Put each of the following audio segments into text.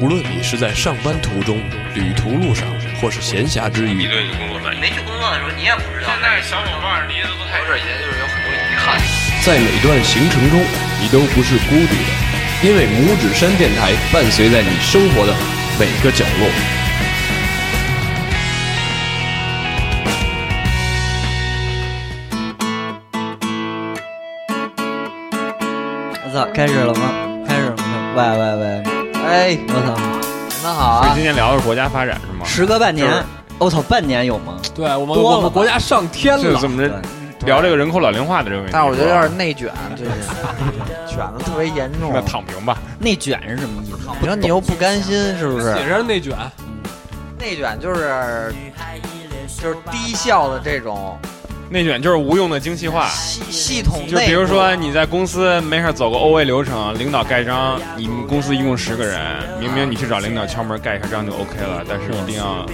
无论你是在上班途中、旅途路上，或是闲暇之余，对你工作满意。没去工作的时候，你也不知道。现在啊小伙伴离得都太有点以远，前就是有很多遗憾。在每段行程中，你都不是孤独的，因为拇指山电台伴随在你生活的每个角落。我操，开始了吗？开始了吗？喂喂喂！哎，我操！你们好所以啊今！天聊的是国家发展是吗？时隔半年就是，我操，半年有吗？对我们多了我们国家上天就了，怎么着聊这个人口老龄化的这个问题？但是我觉得有是吧点内卷，就是 卷的特别严重那。躺平啊吧，内卷是什么意思？你说你又不甘心，是不是？也是内卷。内卷就是就是低效的这种内卷就是无用的精细化。系系统内部哎就的，比如说你在公司没事走个 OA 流程，领导盖章，你们公司一共十个人，明明你去找领导敲门盖一下章就 OK 了，但是一定要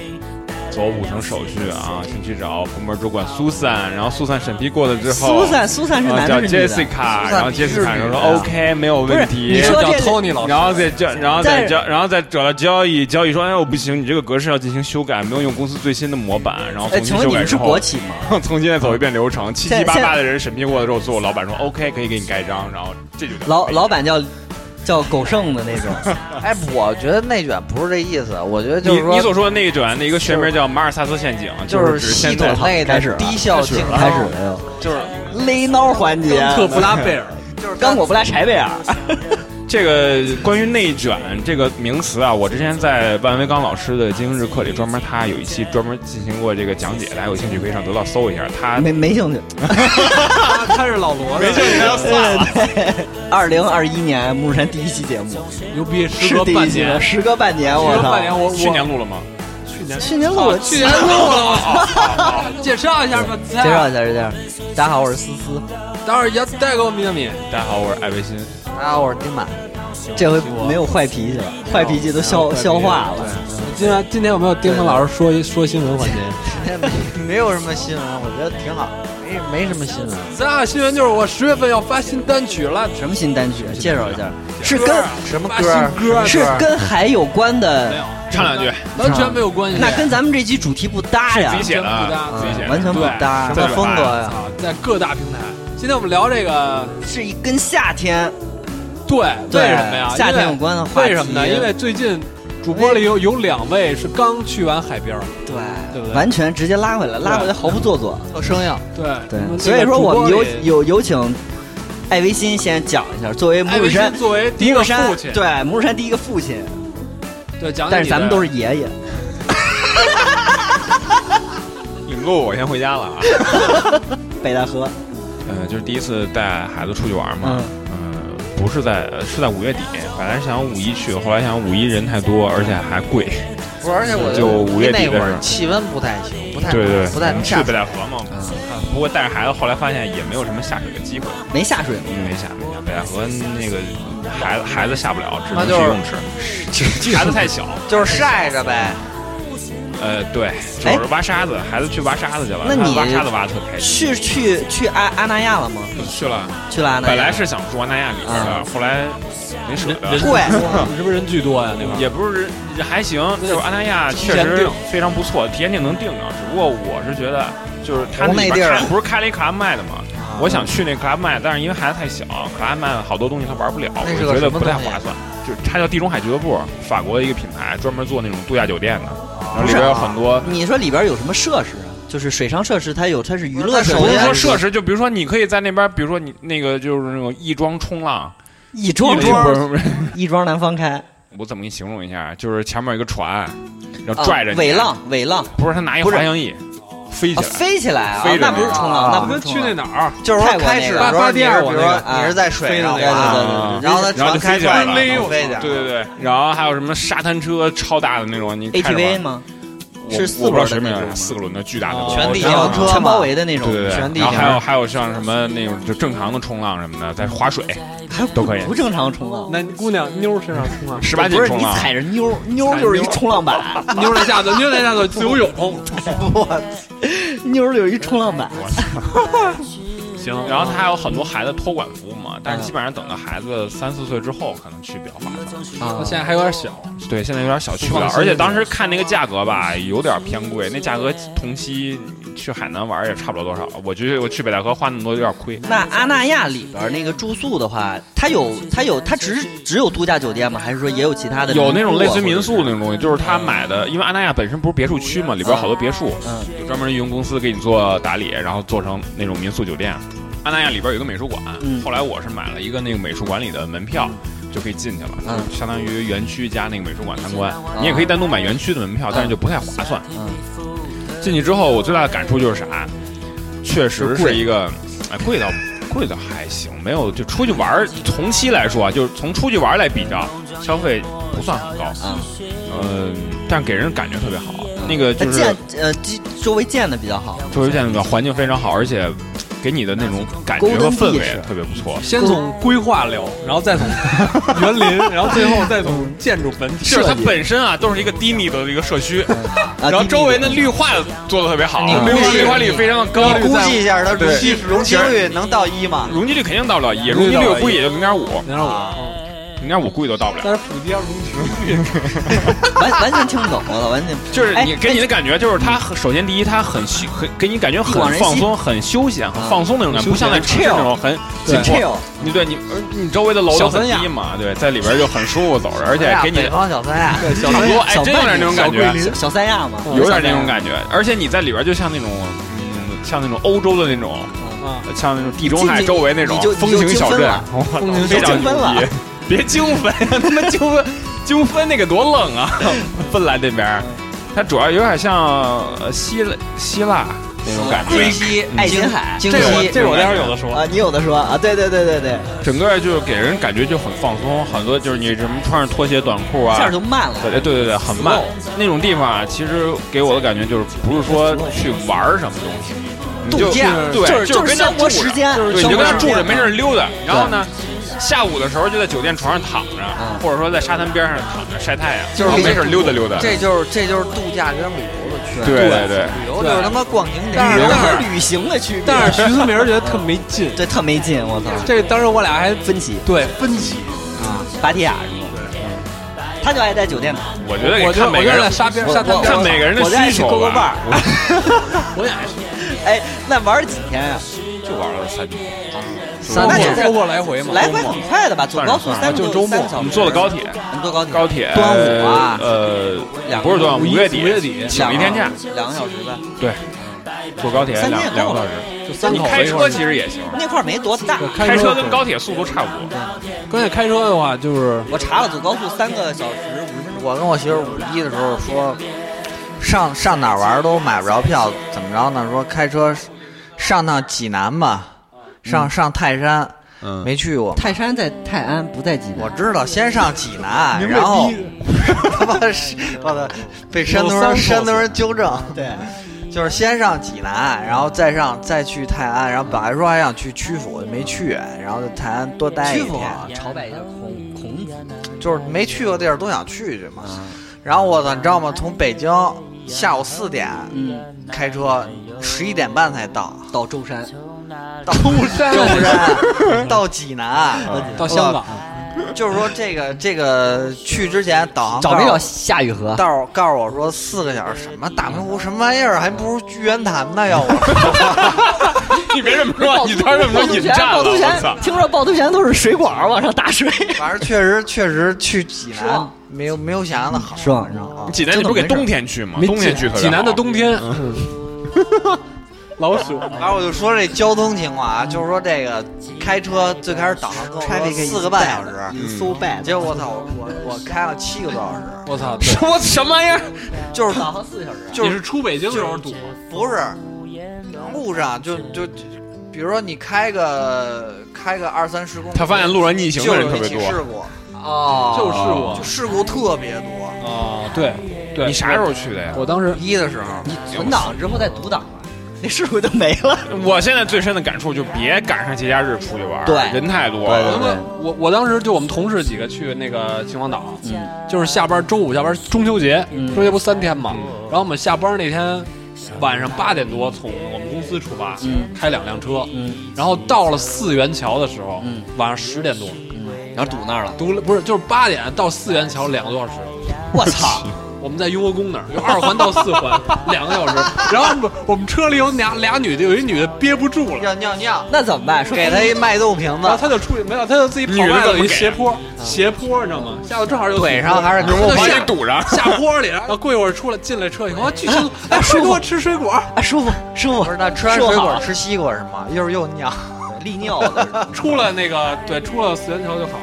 走五层手续啊，先去找部门主管苏珊，然后苏珊审批过了之后，苏珊，苏珊是然后男啊叫的是女的？ Jessica，苏珊然后必须是 Jessica 女的说呀 OK 没有不是问题，你说叫这 Tony 老师，然后再交，然后但再是交，然后再找到交易，交易说：“哎，我不行，你这个格式要进行修改，没有用公司最新的模板。”然后哎，重新请问修你改们之是后国，企 吗？重新再走一遍流程，七现七八现八的人审批过了之后，最后老板说：“OK，可以给你盖章。”然后这就叫老老板叫叫狗剩的那种，哎，我觉得内卷不是这意思，我觉得就你是说你所说的内卷的一个学名叫马尔萨斯陷阱，就是指系现统在内开始的了低效竞争，开始了又就是勒孬环节，特布拉贝尔，就是刚果布拉柴贝尔，这个关于内卷这个名词啊，我之前在万维刚老师的经营日课里专门他有一期专门进行过这个讲解，大家有兴趣可以上得到搜一下。他没没兴趣。他是老罗，没兴趣要算了。二零二一年木山第一期节目牛逼，时是隔第半一期年吗？，时隔半年，我时隔操半！年，我我去年录了吗？去年去年录了啊去年录了，介绍一下吧，介绍一下，介绍一下。大家好，我是思思，当然也带给我们米，大家好，我是艾维新。啊，我是丁满， 这回没有坏脾气了，坏脾气都消消化了。今天今天有没有丁丁老师说说新闻环节？没没有什么新闻，我觉得挺好，没没什么新闻。咱俩新闻就是我十月份要发新单曲了，什么新单曲？介绍一下，是歌跟啊什么发歌儿新歌啊是跟海有关的，唱两句，完全没有关系。那跟咱们这期主题不搭呀自己，写真不搭的，自己写嗯的，完全不搭，啊对什么风格呀？啊，在各大平台。今天我们聊这个，是一跟夏天对，对为什么呀？夏天因为有关的话题为什么呢？因为最近主播里有有两位是刚去完海边儿，对对不对完全直接拉回来，拉回来毫不做作。做生硬，对对那个，所以说我们主播有里有有请艾维新先讲一下，作为艾拇维指新山作为第第一一个个父山亲，对拇指山第一个父亲，对，讲但是咱们都是是爷爷。领路，我先回家了啊。北戴河，呃，就是第一次带孩子出去玩嘛嗯，嗯，不是在是在五月底，本来是想五一去，后来想五一人太多，而且还贵。不是，而且我就五月底那的会时候儿气温不太行，不太对对，嗯不太能去下嗯北戴河嘛。不过带着孩子，后来发现也没有什么下水的机会，没下水吗？嗯没下没下。北戴河那个孩子孩子下不了，只那能去就是游泳 池，孩子太小。就是晒着呗。呃，对，主哎要是挖沙子，孩子去挖沙子去了。那你他挖沙子挖的特开心。去去去阿阿那亚了吗？去了，去了阿嗯那亚。本来是想住安那亚里边的，后来没舍得。贵，是不是人巨多呀？那边也不是还行，就是安那亚提确前实订非常不错，提前订能订着。只不过我是觉得，就是他国那内边地儿开不是开了一克拉麦的嘛，我想去那克拉麦，但是因为孩子太小，克拉麦好多东西他玩不了，那我是就个觉得什么不太东西划算。就是它叫地中海俱乐部，法国的一个品牌，专门做那种度假酒店的，然后里啊边有很多你说里边有什么设施啊？就是水上设施，它有，它是娱乐设施，不不是是它说首设施，就比如说你可以在那边，比如说你那个就是那种亦庄冲浪，一亦庄不是不是，一庄南方开，我怎么给你形容一下？就是前面有一个船，然后拽着啊你，尾，浪尾浪不是他拿一个滑翔翼飞起啊来，飞起来啊飞！着那你不是冲浪，啊那你不是们冲去那浪哪儿？就是就是说开泰国那始个的八时八候，你店是比我如那说啊个你是在水上对对对对啊对啊然后它然后船就开飞出来起来了，了然后飞起哎来了对对对，然后还有什么沙滩车超大的那种，你开着玩 ATV 吗？我是我不四知道轮什的么那样，种四吗，个轮的巨大的哦车全地然后形车全包围的那种对，对对，全地然后形还有还有像什么那种就正常的冲浪什么的，在划水还都可以不正常冲浪。那姑娘妞儿身上冲浪，十八斤不是冲你浪，踩着妞儿，妞儿就是一冲浪板，妞儿在下头，妞儿在下头自由泳。妞儿就是一冲浪板。行，然后他还有很多孩子托管服务嘛，但是基本上等到孩子三四岁之后，可能去比较划算。啊那现在还有点小，对，现在有点小去不了，而且当时看那个价格吧，有点偏贵。那价格同期去海南玩也差不了多少，我觉得我去北戴河花那么多有点亏。那阿那亚里边儿那个住宿的话，它有它有它只只有度假酒店吗？还是说也有其他的？啊有那种类似于民宿那种东西，就是他买的，因为安那亚本身不是别墅区嘛，里边好多别墅，嗯有专门的运营公司给你做打理，然后做成那种民宿酒店。安那亚里边有一个美术馆，嗯后来我是买了一个那个美术馆里的门票，就可以进去了，嗯就相当于园区加那个美术馆参观。你也可以单独买园区的门票，但是就不太划算。嗯进去之后，我最大的感触就是啥？确实是一个，哎，贵倒贵倒还行，没有就出去玩儿，同期来说啊，就是从出去玩儿来比较，消费不算很高，啊，嗯，但给人感觉特别好。啊那个它就是建呃周周围建的比较好。周围建筑环境非常好，而且给你的那种感觉和 Golden 氛围 Beach 特别不错。先从规划聊，然后再从园林，然后最后再从建筑本体。就是它本身啊，都是一个低密度的一个社区，啊然后地周围地的绿化做的特别好，你绿化估计绿化率非常的高，估计一下它容对积容积率能到一吗？容积率肯定到不了一，容积率我估计也就零点五，零点五，零点五估计都到不了。但是普及要容积率，完完全听不懂了，完全就是哎你给你的感觉就是它很，首先第一，它很休，很给你感觉很广人稀放松、很休闲、很啊放松那种感觉，不像在城市那种很紧对迫。你对你，而你周围的楼小都三很亚低嘛，对，在里边就很舒服走着，而且给你哎北方小三啊 亚，对小差不多，哎，小真有点那种感觉，嗯小小三亚嘛，有点那种感觉。而且你在里边就像那种，嗯，像那种欧洲的那种，啊，像那种地中海进去周围那种嗯你就风情小你就精分镇 了，哇风情小非常精分了牛逼。 别精分，他妈精分，精分那个多冷啊！ 芬兰这边儿，嗯它主要有点像呃希腊希腊那种感觉京，西嗯爱京琴海，京这个我西这个我待会儿有的说。啊，你有的说啊，对对对对对，整个就是给人感觉就很放松，很多就是你什么穿着拖鞋短裤一啊下，就慢了，对对对对，很慢。那种地方啊，其实给我的感觉就是不是说去玩儿什么东西，你就度假对，就是就是跟是那生活住时着。间，对，你生就活跟那时住间着，没事儿溜达。然后呢，下午的时候就在酒店床上躺着，或者说在沙滩边上躺着晒太阳，就是然后没事儿溜达溜达。这就是这就是度假跟旅游的区别。对对对旅游就是他妈逛景点，但是旅游但旅行的区别，但是徐思 明觉得特没劲，对特没劲，我操，这当时我俩还分歧对分歧，啊，巴提雅是吗？嗯他就爱在酒店躺，我觉得我也就看我每就个人在沙边我沙滩我边看每个人的我在需去求勾勾伴吧 儿。我俩是哎，那玩了几天呀？就玩了三天，三那天就是包括来回嘛，来回很快的吧，坐高速三就周末我们坐的高，铁，你坐高铁，高铁端午啊呃两，个不是端午，五一五月底，五月底请了一天假，两个小时呗。对，坐高铁三天两也两够个了小时。就三你口开一块车儿其实也行，那块儿没多大，开车跟对高铁速度差不多。关键开车的话就是我查了，坐高速三个小时五十分钟。我跟我媳妇儿五一的时候说，上上哪儿玩儿都买不着票，怎么着呢？说开车上趟济南吧，上上泰山，嗯没去过。泰山在泰安，不在济南。我知道，先上济南，然后他妈是，我操，被山东人山东人纠正，对，就是先上济南，然后再上再去泰安，然后本来说还想去曲阜，没去，然后在泰安多待一曲阜天，啊，朝拜一下孔孔子。就是没去过地儿都想去去嘛。啊然后我操，你知道吗？从北京下午四点嗯，开车，十一点半才到，到舟山，到舟山，舟山到济南，啊到香呃港，就是说这个这个去之前导航找那告叫诉夏雨荷。告诉告诉我说四个小时什么大明湖什么玩意儿，还不如居然潭呢。要我说，你别 这么说，你当时这么说引战了，我操！听说趵突泉都是水管往上打水，反正确实确实去济失南望没有没有想象的好，失望你知道 吗？ 济南你不是给冬天去吗？没冬天去特别济南的 好啊冬 天，老鼠然后我就说这交通情况啊，就是说这个开车最开始导航跟我说 Traffic is 四个半小时，嗯 bad, so bad。结果我操，我我我开了七个多小时，我操，什么什么玩意儿？就是导航四个小时。啊就你是是出北京的时候堵吗？不是路上就就，比如说你开个开个二三十公里，他发现路上逆行就的有人特别一起事多。故，啊哦就是我就事故特别多。啊，对，对，你啥时候去的呀？我当时一的嗯时候，你存档之后再读档了，那事故就没了。我现在最深的感触就别赶上节假日出去玩儿，对人太多对我对了。对我我当时就我们同事几个去那个秦皇岛，嗯就是下班周五下班中秋节，嗯中秋节不三天嘛，然后我们下班那天晚上八点多从我们公司出发，嗯开两辆车，然后到了四元桥的时候，晚上十点多，嗯然后堵那儿了，堵了不是就是八点到四元桥两个多小时，我操！我们在雍和宫那儿，就二环到四环 两个小时，然后我们车里有俩俩女的，有一女的憋不住了。要尿尿，那怎么办？说给他一脉动瓶然后子，她就出去没有，她就自己跑女的外怎头么有一给啊斜坡，斜坡你知道吗？下头正好有腿上还是然后我就把下，你堵上下坡里，然后过一会儿出来进来车以后，啊巨轻松，哎，快给我吃水果，啊，舒服舒服不是那吃完说水好果吃西瓜是吗？又是又尿。利尿 的，出了那个对，出了四元桥就好。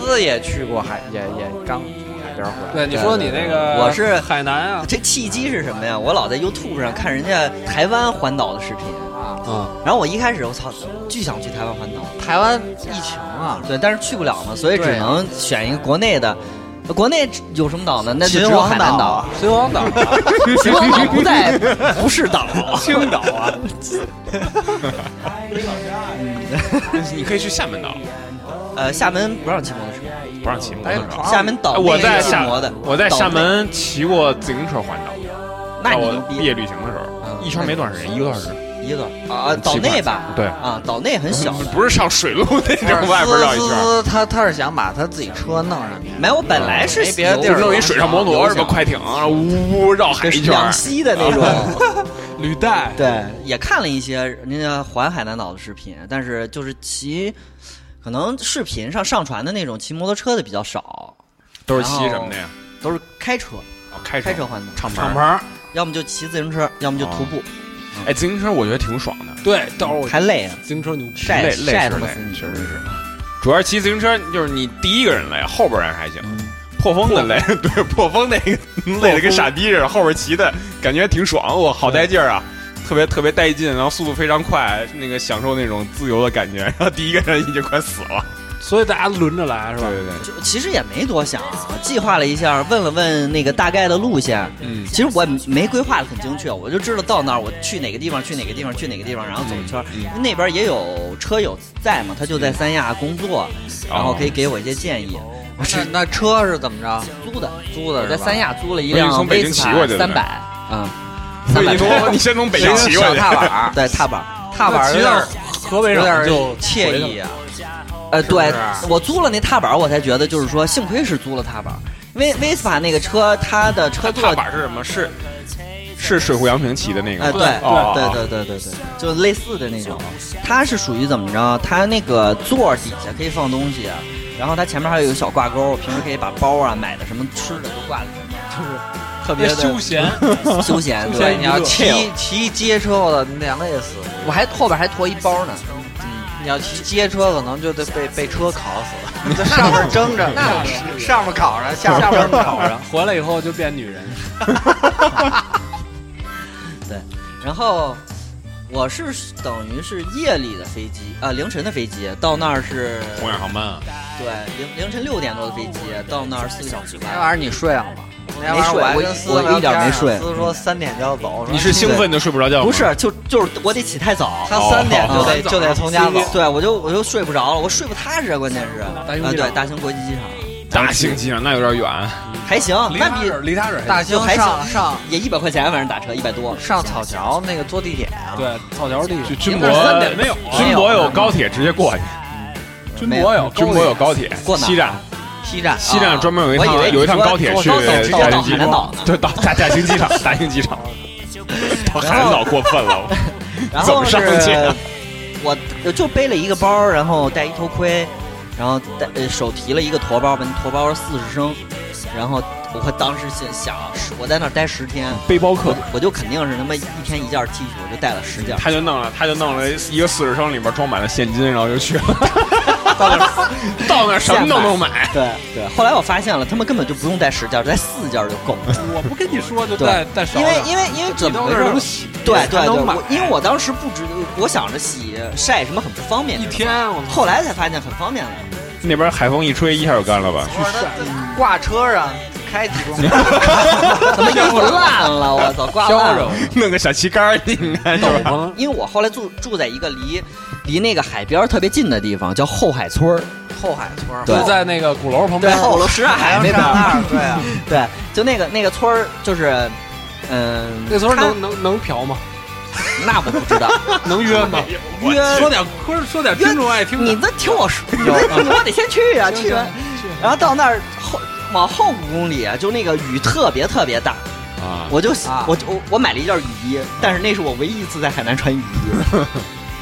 滋滋也去过海，也也刚海边回来。对，你说你那个我是海南啊，这契机是什么呀？我老在 YouTube 上看人家台湾环岛的视频，嗯，然后我一开始我操，巨想去台湾环岛，台湾疫情啊，对，但是去不了嘛，所以只对能选一个国内的。呃国内有什么岛呢？那就只秦有皇海南岛岛啊、秦皇岛、秦皇岛不在，不是岛。青岛啊，你可以去厦门岛，嗯 呃，厦门不让骑摩托车，不让骑摩托哎车。，床上厦门岛哎我在厦厦摩的，我在岛厦内，门骑过自行车环岛，那在你我牛毕逼业旅行的时候，一圈没多长时间，一个多小时。一个啊，岛内吧，对啊，岛内很小的。不是上水路那种外边绕一滋圈，滋他他啊是想把他自己车弄上去，没有，我本来是没别的地儿有弄一水上摩托什么快艇啊，呜呜绕海一圈。两栖的那啊种，履带， 对，也看了一些人家环海南岛的视频，但是就是骑，可能视频上上传的那种骑摩托车的比较少，都是骑什么的呀？都是开车，哦开开车环岛，敞敞篷。篷，要么就骑自行车，要么就徒步，哎，自行车我觉得挺爽的，对，到时候我哦还累啊，自行车牛逼，晒累累晒是他妈累死你！确实是。主要是骑自行车，就是你第一个人累，后边人还行。破风的累， 对，破风那个累的跟傻逼似的，后边骑的感觉挺爽，我好带劲儿啊，特别特别带劲，然后速度非常快，那个享受那种自由的感觉。然后第一个人已经快死了，所以大家轮着来是对吧？对对，就其实也没多想，计划了一下，问了问那个大概的路线。嗯，其实我也没规划的很精确，我就知道到那儿我去哪个地方，去哪个地方，去哪个地方，然后走一圈儿。嗯因为那边也有车友在嘛，他就在三亚工作，然后可以给我一些建议。我是哦那那车是怎么着？租的，租我的在是吧三亚租了一不辆是从北京骑过去的三百啊，所三以百你从你先从北京骑过小去，踏 板，对踏板。踏板有骑点到儿河北有点省儿就惬意啊。呃，对是不我租了那踏板，我才觉得就是说，幸亏是租了踏板。威威斯帕那个车，它的车座踏板是什么？是是水户洋平骑的那个哎，吗？对哦对哦对对对对对，就类似的那种。它是属于怎么着？它那个座儿底下可以放东西，啊然后它前面还有一个小挂钩，平时可以把包啊、买的什么吃的都挂在上面，就是特别的休闲，休闲。对，对，你要骑 chill 骑街车的，你得累死。嗯我还后边还驮一包呢。你要骑街车，可能就得被被车烤 死，在上面蒸着，上面烤着，下面蒸烤着，回来以后就变女人。然后我是等于是夜里的飞机啊、凌晨的飞机到那儿是红眼航班啊，对凌凌晨六点多的飞机到那儿四个小时 那玩吧。意儿你睡了吗？那晚上还跟思我一我一点没睡思啊说三点就要走，你是兴奋的睡不着觉吗？不是，就就是我得起太早，他三点就得哦就得从家走。对，我就我就睡不着了，我睡不踏实啊，关键是。啊，兴机场对，大兴国际机场大兴机场那有点远，还行，那比离他远大兴就还上行上也一百块钱，反正打车一百多。上草桥那个坐地铁啊，对，草桥地就军应博该是三点没有啊，军博有高铁直接过去，没军博有军博有高铁过，哪儿啊西站西站西站专门有一我以为趟你有一趟说高铁坐去高铁到大兴机海南岛场呢， 对，到大大兴 机场，大兴机场，到海南岛过分了，然怎后么是上去啊， 我就背了一个包，然后戴一头盔，然后带呃手提了一个驮包吧，那驮包四十升，然后我当时心想，是我在那儿待十天，背包客。我就肯定是他妈一天一件 T 恤，我就带了十件。他就弄了，他就弄了一个四十升，里面装满了现金，然后就去 了。到那儿到那儿什么都能买，对对，后来我发现了，他们根本就不用带十件，带四件就够了。我不跟你说就对带带少因为点，因为因为怎么回事你到那儿儿能？洗，对对还对，能买我因为我当时不知，我想着洗晒什么很不方便，知一道吗。天啊我操后来才发现很方便了。那边海风一吹，一下就干了 吧？不是他他挂车上开几公里，怎么衣服烂了？我操，刮烂了！弄个小旗杆儿，你应该是吧？我因为我后来住住在一个离离那个海边儿特别近的地方，叫后海村儿。后海村儿对就在那个鼓楼旁对，边，后楼什刹还海那没边上儿。那儿，对啊，对，就那个那个村儿，就是嗯，那时候他能能能嫖吗？那我不知道，能约吗？约说点说说点听众爱听你的。这听我说， 你这我得先去啊，去完，然后到那儿后往后五公里啊，就那个雨特别特别大。啊，我就、啊我我我买了一件雨衣，但是那是我唯一一次在海南穿雨衣，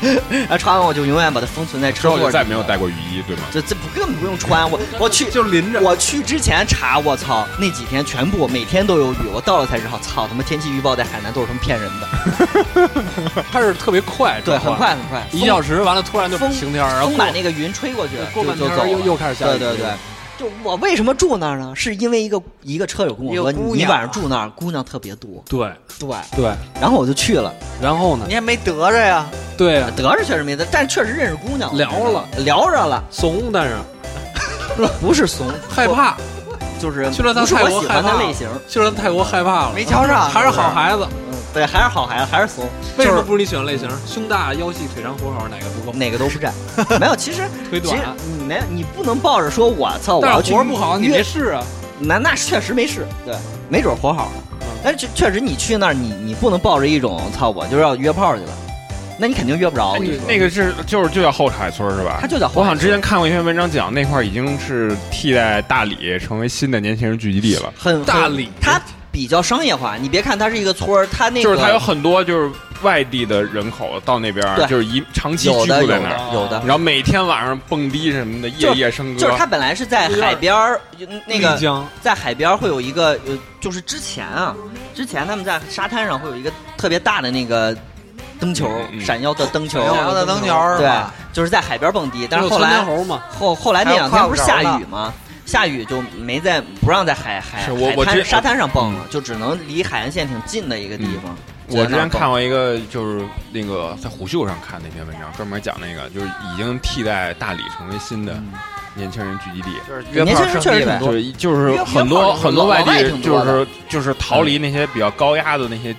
然后穿完我就永远把它封存在之车后座就里。再没有带过雨衣，对吗？这这不根本不用穿， 我我去就淋着。我去之前查，我操，那几天全部每天都有雨，我到了才知道，操他妈天气预报在海南都是他妈骗人的。它是特别快，对，知很道吧，快很快，一小时完了，突然就风晴天儿，然后风把过那个云吹过去，过半就天就走儿了又又开始下雨。对对对，，就我为什么住那儿呢？是因为一个一个车友跟我说，一个姑娘你晚上住那儿姑娘特别多。对对，对，然后我就去了，然后呢？ 你也没得着呀，对啊，得着确实没得，但确实认识姑娘聊了，聊着了，怂，但是不是怂， 害怕，就是去了趟不是泰我国喜害欢怕的了类型。去了泰国害怕了，没瞧上，还是好孩子。嗯，对，还是好孩子，还是怂，为什么啊就不是你选类型？胸大、腰细、腿长、活好，哪个不够是？哪个都 不占？没有，其实腿其实短。啊你没有，你不能抱着说我操，我要但去是活不好，你约没试啊？那那确实没事，对，没准活好了。但是确确实，你去那儿，你你不能抱着一种操我就要约炮去了，那你肯定约不着。我跟你说那个是就是就叫后海村是吧他？哎就在我黄好像之前看过一篇文章讲，那块儿已经是替代大理成为新的年轻人聚集地了。很大理它比较商业化。你别看它是一个村儿，它那个就是它有很多就是外地的人口到那边儿对，就是一长期有居的住有在那儿，啊的有的，然后每天晚上蹦迪什么的，就夜夜笙就是歌它。本来是在海边儿，嗯那丽个江在海边儿会有一个呃，就是之前啊，之前他们在沙滩上会有一个特别大的那个灯球，嗯嗯闪耀的灯球，闪耀的灯球是对吧，就是在海边蹦迪，但是有后窜来天。猴嘛，后后来那两还天有不是跨不着下雨吗？下雨就没在不让在海海是我海我滩之沙滩上蹦了，就只能离海岸线挺近的一个地方。嗯我之只能前蹦看过一个，就是那个在虎嗅上看那篇文章，专门讲那个，就是已经替代大理成为新嗯的年轻人聚集地。就是约年炮轻人确圣实地呗。挺多，就是就是很约炮多是很多外老外地挺就多的是就是逃离那些比较高压的那些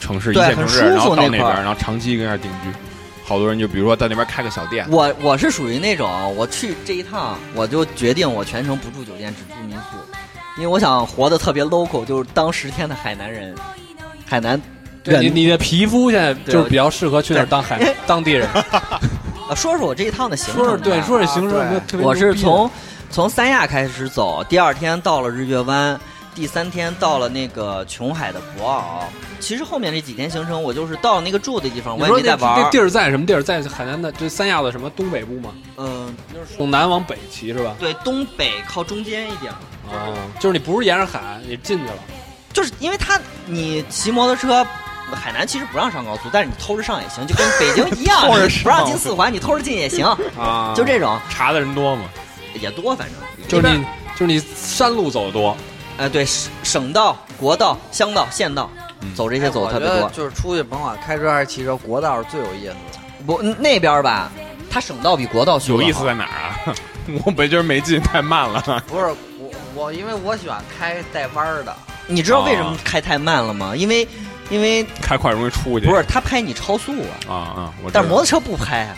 城市一对线城市，很舒服然后到那边那块儿，儿然后长期跟那儿定居。好多人就比如说在那边开个小店，我我是属于那种，我去这一趟，我就决定我全程不住酒店，只住民宿，因为我想活得特别 local，就是当十天的海南人，海南对你人。你的皮肤现在就是比较适合去那儿当海对当 地人。呃说说我这一趟的行说程是吧，对，说是形啊容对特别牛逼的。我是从从三亚开始走，第二天到了日月湾，第三天到了那个琼海的博鳌。其实后面这几天行程，我就是到了那个住的地方，你我也说没那在玩那儿地。儿在什么地儿？在海南的这三亚的什么东北部吗？嗯，从南往北骑是吧？对，东北靠中间一点儿，哦，就是你不是沿着海，你进去了。就是因为它你骑摩托车。海南其实不让上高速，但是你偷着上也行，就跟北京 一样，偷着你不让上进四环，你偷着进也行，啊就这种查的人多吗？也多，反正就是你就是你山路走多，呃对省省道、国道、乡道、县道，嗯走哎这些走的特别我觉多得。就是出去甭管开车还是骑车，国道是最有意思 的。不，那边儿吧，它省道比国道修有得意思好在哪儿啊？ 我北京没劲，太慢了。不是我我，因为我喜欢开带弯儿的，你知道为什啊么开太慢了吗？因为，因为开快容易出去。不是他拍你超速啊，啊啊！我知道但是摩托车不拍啊，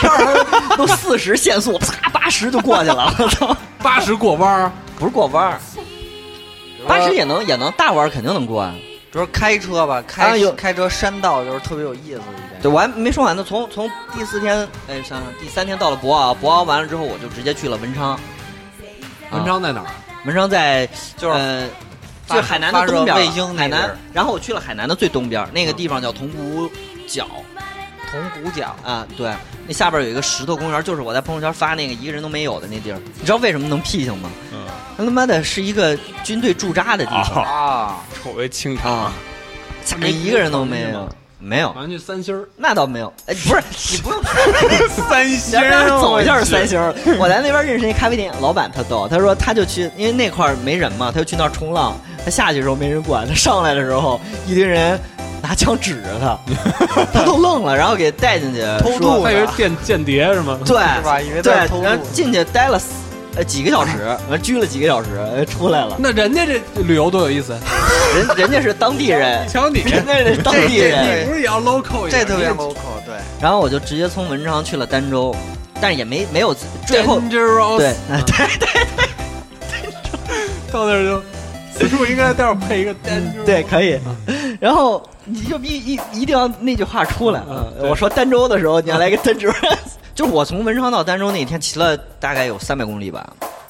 片儿都四十限速，啪八十就过去了， 我操！八十过弯儿，不是过弯儿，八十也能也能大弯儿肯定能过啊。比如开车吧，啊开有开车山道就是特别有意思的一件事。对，我还没说完呢，从从第四天，哎，想想第三天到了博鳌，博鳌完了之后，我就直接去了文昌。啊文昌在哪儿？文昌在就是呃，发就是海南的东边儿发射卫星那海地南儿，嗯然后我去了海南的最东边儿，那个地方叫铜鼓角。铜鼓角，啊，对，那下边有一个石头公园，就是我在朋友圈发那个一个人都没有的那地儿。你知道为什么能僻静吗？嗯他他妈的是一个军队驻扎的地方，啊，啊，瞅为清朝啊，下面一个人都没有，没有好，像去三星儿。那倒没有。哎，不是，你不用三星前边儿，走一下我是去三星儿。我在那边认识那咖啡店老板，他逗，他说他就去，因为那块儿没人嘛，他就去那儿冲浪。他下去的时候没人管，他上来的时候一堆人拿枪指着他，他都愣了，然后给带进去偷渡他以为是间间谍是吗？对，是吧？以为对在偷，然后进去待了四呃几个小时，完拘了几个小时，呃出来了。那人家这旅游多有 意思，，人人家是当地人 瞧你，人家是当地人。对你不是也要 local 一这点？特别 local，对，然后我就直接从文昌去了儋州，但是也没没有最后 Dangerous，对对对，到那儿就此处应该待会儿配一个单嗯揪。嗯对，可以。 然后你就一一一定要那句话出来。嗯我说儋州的时候，嗯你要来个儋州。 就是我从文昌到儋州那天骑了大概有三百公里吧，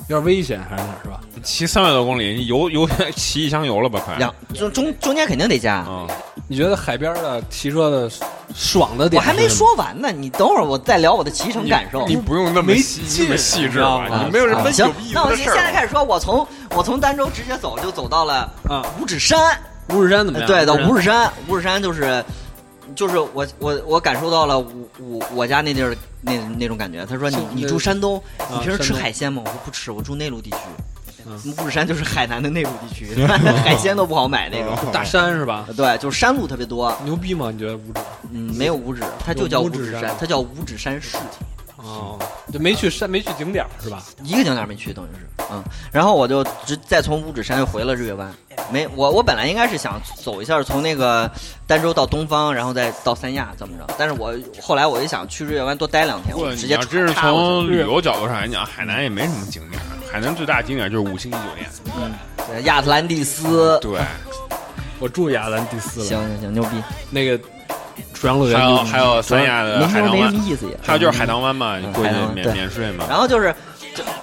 有点危险，还是是吧？骑三百多公里，油油 骑一箱油了吧？哎快，两中中中间肯定得加。啊嗯，你觉得海边的骑车的爽的我点？还没，说完呢，你等会儿我再聊我的骑乘感受。啊你不用那么没细劲那么细致你吧？知道吗你没有什么行有意，那思我的现事儿现在吧。开始说，我从我从儋州直接走就走到了呃啊五指山，五指山怎么样？对的，五五指山，五指山就是就是我我我感受到了我我我家那地儿那那种感觉。他说你是你那住山东，你平时吃山东海鲜吗？我说不吃，我住内陆地区嗯。五指山就是海南的内陆地 区，海鲜都不好买那种。啊 指大山是吧？对，就是山路特别多，牛逼吗？你觉得五指？嗯，没有五指，它有就叫五五指指山山，它叫五指山市。哦，就没去山，没去景点儿是吧？一个景点没去，等于是，嗯，然后我就直再从五指山又回了日月湾，没我我本来应该是想走一下从那个儋州到东方，然后再到三亚怎么着，但是我后来我一想去日月湾多待两天，不我过直你接要真是插过从旅游角度上来讲，海南也没什么景点儿，海南最大景点就是五星级酒店。去对亚特兰蒂斯，对，我住亚特兰蒂斯行了，行行，牛逼，那个楚阳乐园还有就，还有三亚的您海说棠呃没湾，什么意思也，还有就是海棠湾嘛，你嗯过去海棠湾免对免税嘛。然后就是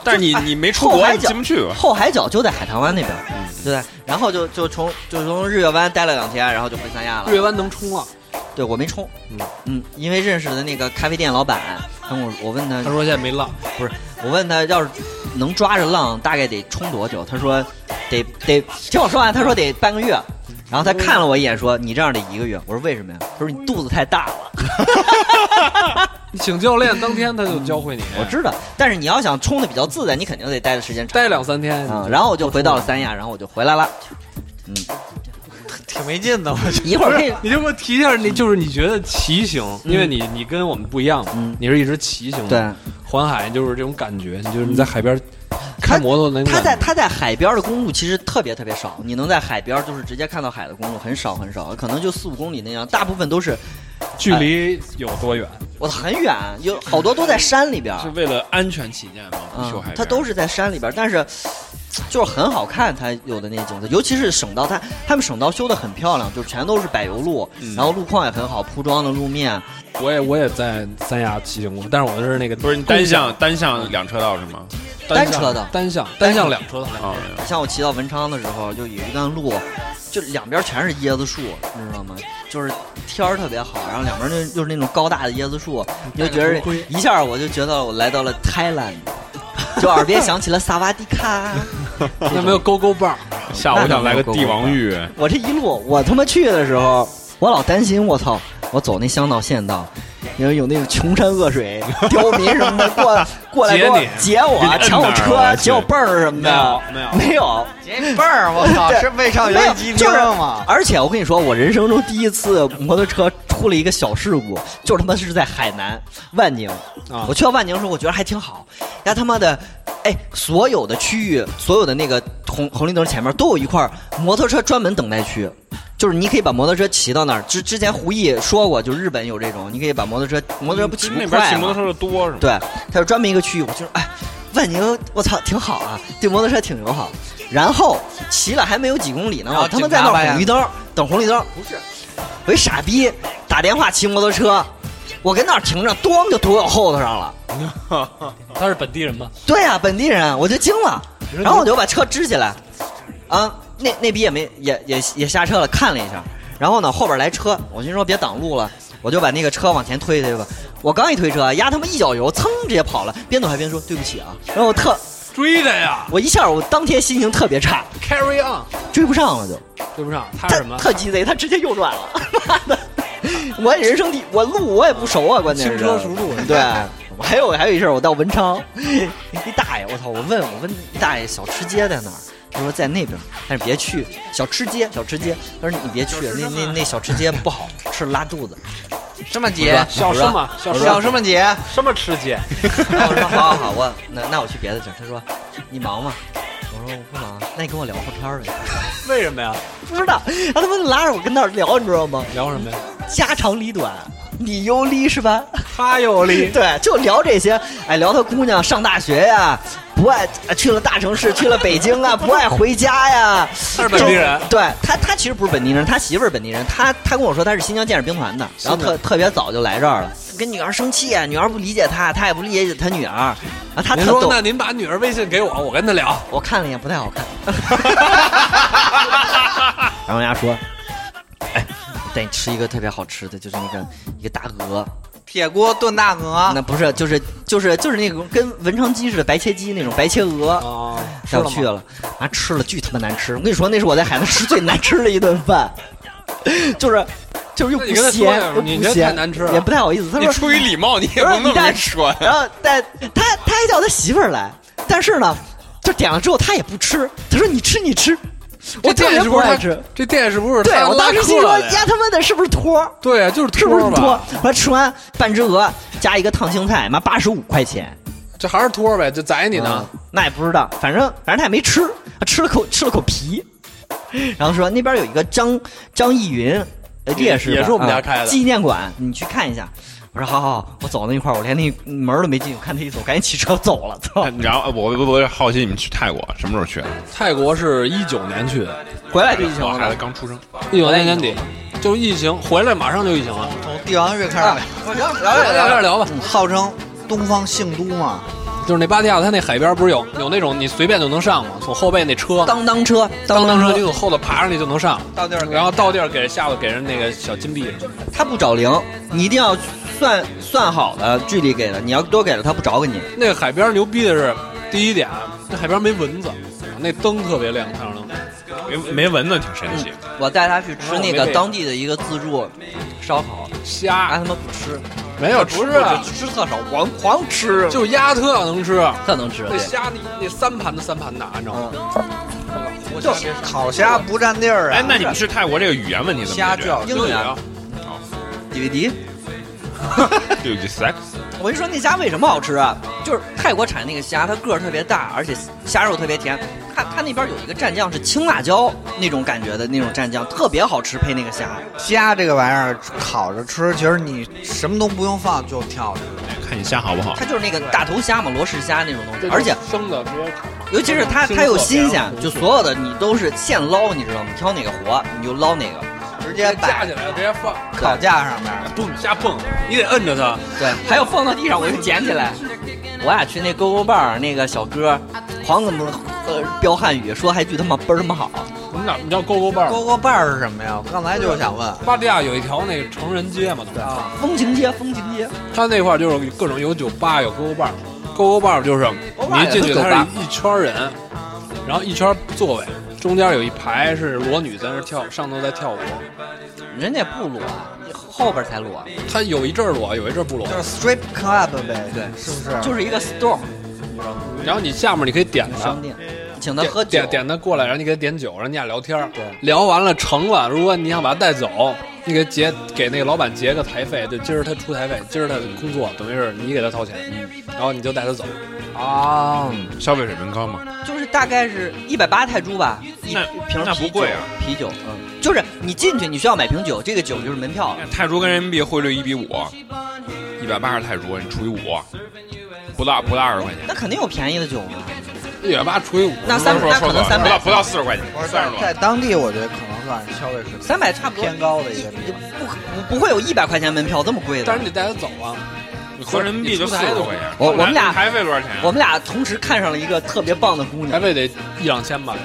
但是你哎你没出后国，海你角进不去。后海角就在海棠湾那边，嗯对，然后就就从就从日月湾待了两天，然后就回三亚了日。月湾能冲啊浪。对我没冲，嗯嗯，因为认识的那个咖啡店老板，他跟我我问他他说现在没浪，不是，我问他要是能抓着浪，大概得冲多久？他说得得听我说完，他说得半个月。然后他看了我一眼，说：“你这样得一个月。”我说：“为什么呀？”他说：“你肚子太大了。你请教练当天他就教会你”，嗯我知道，但是你要想冲的比较自在，你肯定得待的时间长。待两三天。嗯，然后我就回到了三亚，然后我就回来了。嗯 挺没劲的，我觉得。一会儿 可以，你就给我提一下，你就是你觉得骑行，嗯因为你你跟我们不一样嘛，嗯你是一直骑行，对，嗯环海就是这种感觉，你就是你在海边开摩托那种他感在觉，他在海边的公路其实特别特别少，你能在海边就是直接看到海的公路很少很少，可能就四五公里那样，大部分都是距离有多远？我很远，有好多都在山里边。是为了安全起见嘛，不修嗯海边。，它都是在山里边儿，但是就是很好看，它有的那景色，尤其是省道，它他们省道修的很漂亮，就全都是柏油路，嗯然后路况也很好，铺装的路面，我也我也在三亚骑行过，但是我是那个不是你单向单向两车道是吗？嗯单单车道单向单向两车道，啊，像我骑到文昌的时候，就有一段路，就两边全是椰子树，你知道吗？就是天儿特别好，然后两边就就是那种高大的椰子树，你就觉戴着得头盔一下我就觉得我来到了 Thailand，就耳边响起了萨瓦迪卡。那没有勾勾棒，下午我想来个帝王浴，我这一路，我他妈去的时候，我老担心，我操，我走那乡道县道，因为有那种穷山恶水、 刁民什么的过过来给我劫你劫我给你摁、抢我那儿车了、去劫我泵儿什么的，没有没有，倍儿，我操，对是未上没游有戏，机就厅是吗？而且我跟你说，我人生中第一次摩托车出了一个小事故，就是他妈是在海南万宁。啊我去到万宁的时候，我觉得还挺好。呀他妈的，哎，所有的区域，所有的那个红红绿灯前面都有一块摩托车专门等待区。就是你可以把摩托车骑到那儿，之之前胡毅说过，就日本有这种，你可以把摩托车摩托车不啊骑那不边快骑嘛摩托车的多是吗？对，它有专门一个区域，我就是哎，万宁，我操，挺好啊，对摩托车挺友好。然后骑了还没有几公里呢，然后我他妈在那警察来儿了红绿灯儿等红绿灯儿，不是，我一傻逼打电话骑摩托车，我跟那儿停着，咣就堵我后头上了。他是本地人吗？对啊，本地人，我就惊了，然后我就把车支起来，啊，那那逼也没也也也下车了，看了一下，然后呢后边来车，我心说别挡路了，我就把那个车往前推推吧，我刚一推车，丫他妈一脚油，噌直接跑了，边走还边说对不起啊，然后我特追的呀我一下我当天心情特别差， ，Carry on，追不上了就，追不上，他是他什么？特鸡贼，他直接右转了，妈的， 我人生地我路我也不熟啊，关键是轻车熟路对，我还有还有一事儿，我到文昌，一大爷，我操，我问我问一大爷小吃街在哪儿？他说在那边，但是别去小吃街，小吃街。他说你别去，那那那小吃街不好，吃了拉肚子。什么节？小什么？小小什么节？什么吃鸡？我说好好好，我那那我去别的地儿。他说你忙吗？我说我不忙，那你跟我聊会儿天儿呗。 为什么呀？不知道，他他妈拉着我跟那儿聊，你知道吗？聊什么呀？家长里短，你有理是吧？他有理。 对，就聊这些，哎，聊他姑娘上大学呀，不爱呃去了大城市，去了北京啊，不爱回家 呀。他是本地人就对他，他其实不是本地人，他媳妇儿本地人。他他跟我说他是新疆建设兵团的，然后特特别早就来这儿了，跟女儿生气啊，女儿不理解他，他也不理解他女儿啊，他您特说，逗那。您把女儿微信给我，我跟她聊。我看了一眼，不太 好看。然后人家说：“哎，我带你吃一个特别好吃的，就是那个一个大鹅。”铁锅炖大啊鹅，那不是，就是就是就是那种跟文昌鸡似的白切鸡那种白切鹅，哦，带我去了，啊吃了巨他妈难吃，我跟你说那是我在海南吃最难吃的一顿饭，就是就是又那不你跟他咸说呀又你不这咸，太难吃了也不太好意思。他你说出于礼貌，你也不不能是你这么带 说呀。然后但他他还叫他媳妇儿来，但是呢，就点了之后他也不吃，他说你吃你吃，我这特店别是不不是爱他吃。？这店是不是对他我当时拉心客说的，呀呀他妈的是不是托儿？对啊，就是是不是托儿托吧？？我吃完半只鹅加一个烫青菜，妈八十五块钱。这还是托儿呗，就宰你呢。嗯那也不知道，反正反正他也没吃，他吃了口吃了口皮，然后说那边有一个张张逸云，呃这也是吧也是我们家啊开的纪念馆，你去看一下。我说好好，好，我走到那块儿，我连那门儿都没进，我看他一走，赶紧骑车走了，操！然后我我我好奇你们去泰国什么时候去的？啊泰国是一九年去的，回来就疫情我孩了子。刚出生。一九年年底，就疫情回来马上就疫情了。从帝王月开始呗。哎聊聊点聊吧，号称东方性都嘛，就是那芭提雅，它那海边不是有有那种你随便就能上吗？从后背那车当当车，当当当车，你从后头爬上去就能上，到地儿然后到地儿给下头给人那个小金币什么的。他不找零，你一定要算算好了距离给的，你要多给了他不找给你。那个海边牛逼的是，第一点，那海边没蚊子，那灯特别亮，太阳能。没没蚊子挺神奇。我带他去吃那哦没个被当地的一个自助烧烤，他虾他妈不吃，没有吃啊，吃特少，狂狂吃，就鸭特能吃，嗯特能吃。那对虾那那三盘的三盘拿，你知道吗？我就烤虾不占地儿啊。哎，那你们去泰国这个语言问题怎么虾解叫英语啊， ，DVD。决？对，sex 我跟你说，那虾为什么好吃啊？就是泰国产那个虾，它个儿特别大，而且虾肉特别甜。它它那边有一个蘸酱是青辣椒那种感觉的那种蘸酱，特别好吃，配那个虾。虾这个玩意儿烤着吃，其实你什么都不用放就挺好吃。看你虾好不好？它就是那个大头虾嘛，罗氏虾那种东西，而且生的直接烤。尤其是它它又新鲜，就所有的你都是现捞，你知道吗？挑哪个活你就捞哪个。直直接接摆架起来，直接放，烤架上面，蹦瞎蹦，你得摁着它。对，还有放到地上我就捡起来。我俩去那勾勾伴儿，那个小哥狂跟我们呃飙汉语，说还句他妈倍儿他妈好。我们俩，你知道勾勾伴儿吗？锅锅拌儿是什么呀？我刚才就想问。巴蒂亚有一条那个成人街嘛，对吧？风情街，风情街，它那块儿就是各种有酒吧，有勾勾伴儿，勾勾伴儿就是你一进去，勾勾伴儿它是一圈儿人，然后一圈儿座位，中间有一排是裸女在那儿跳，上头在跳舞。人家也不裸，后边才裸，它有一阵儿裸，有一阵儿不裸就，是 strip club 呗，对是不是？就是一个 store 然后你下面你可以点它商。店，请他嗯点喝酒点，点他过来，然后你给他点酒，然后你俩聊天对，聊完了成了，如果你想把他带走，你给结给那个老板结个台费，就今儿他出台费，今儿他工作，等于是你给他掏钱，嗯然后你就带他走。啊，消费水平高吗？就是大概是一百八泰铢吧，一那瓶那不啤酒贵啊，啤酒，嗯，就是你进去你需要买瓶酒，这个酒就是门票了，泰铢跟人民币汇率一比五，一百八十泰铢，你除以五，不到不到二十块钱，那肯定有便宜的酒嘛，一百八除以五，那三说那可说能错三了不百到不到四十块钱我，说三十在多。在当地，我觉得可能算是消费水平三百差不多偏高的一个地方。不不不会有一百块钱门票这么贵但的是。你带他走啊，你合人民币就四十多块钱。我我们俩台费多少钱？啊我们俩同时看上了一个特别棒的姑台娘，费得一两千吧，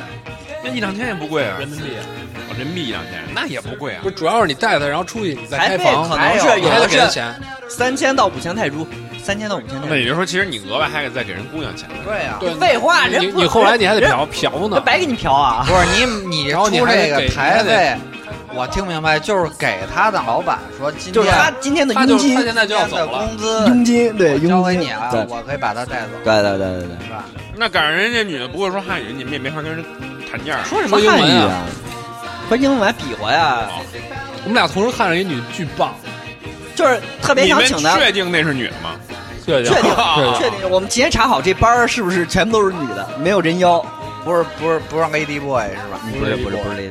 那一两千也不贵啊，人民币。哦人民币一两千那也不贵啊不。是，主要是你带他，然后出去你再开房，台费可能是你还有得的给是他钱。三千到五千泰铢，三千到五千那泰铢。也就是说，其实你额外还得再给人姑娘钱。对呀，对，废话你人不你后来你还得人嫖嫖那呢。白给你嫖啊！不是你你然后出你还得这个给台你还费，我听明白就是给他的老板说今就是他天今天的他佣就金他，现在就要今天走的了，工资金对我交给你了对，我可以把他带走，对对对对对。是吧？那赶上人家女的不会说汉语，你们也没法跟人谈价。说什么汉语啊？不是英文还比划呀，我们俩同时看着一女巨棒，就是特别你想们请她。确定那是女的吗？确确定啊确定，我们提前查好这班儿是不是全部都是女的，没有人妖。不是不是不是 AD boy 是吧？不是不是不是 lady，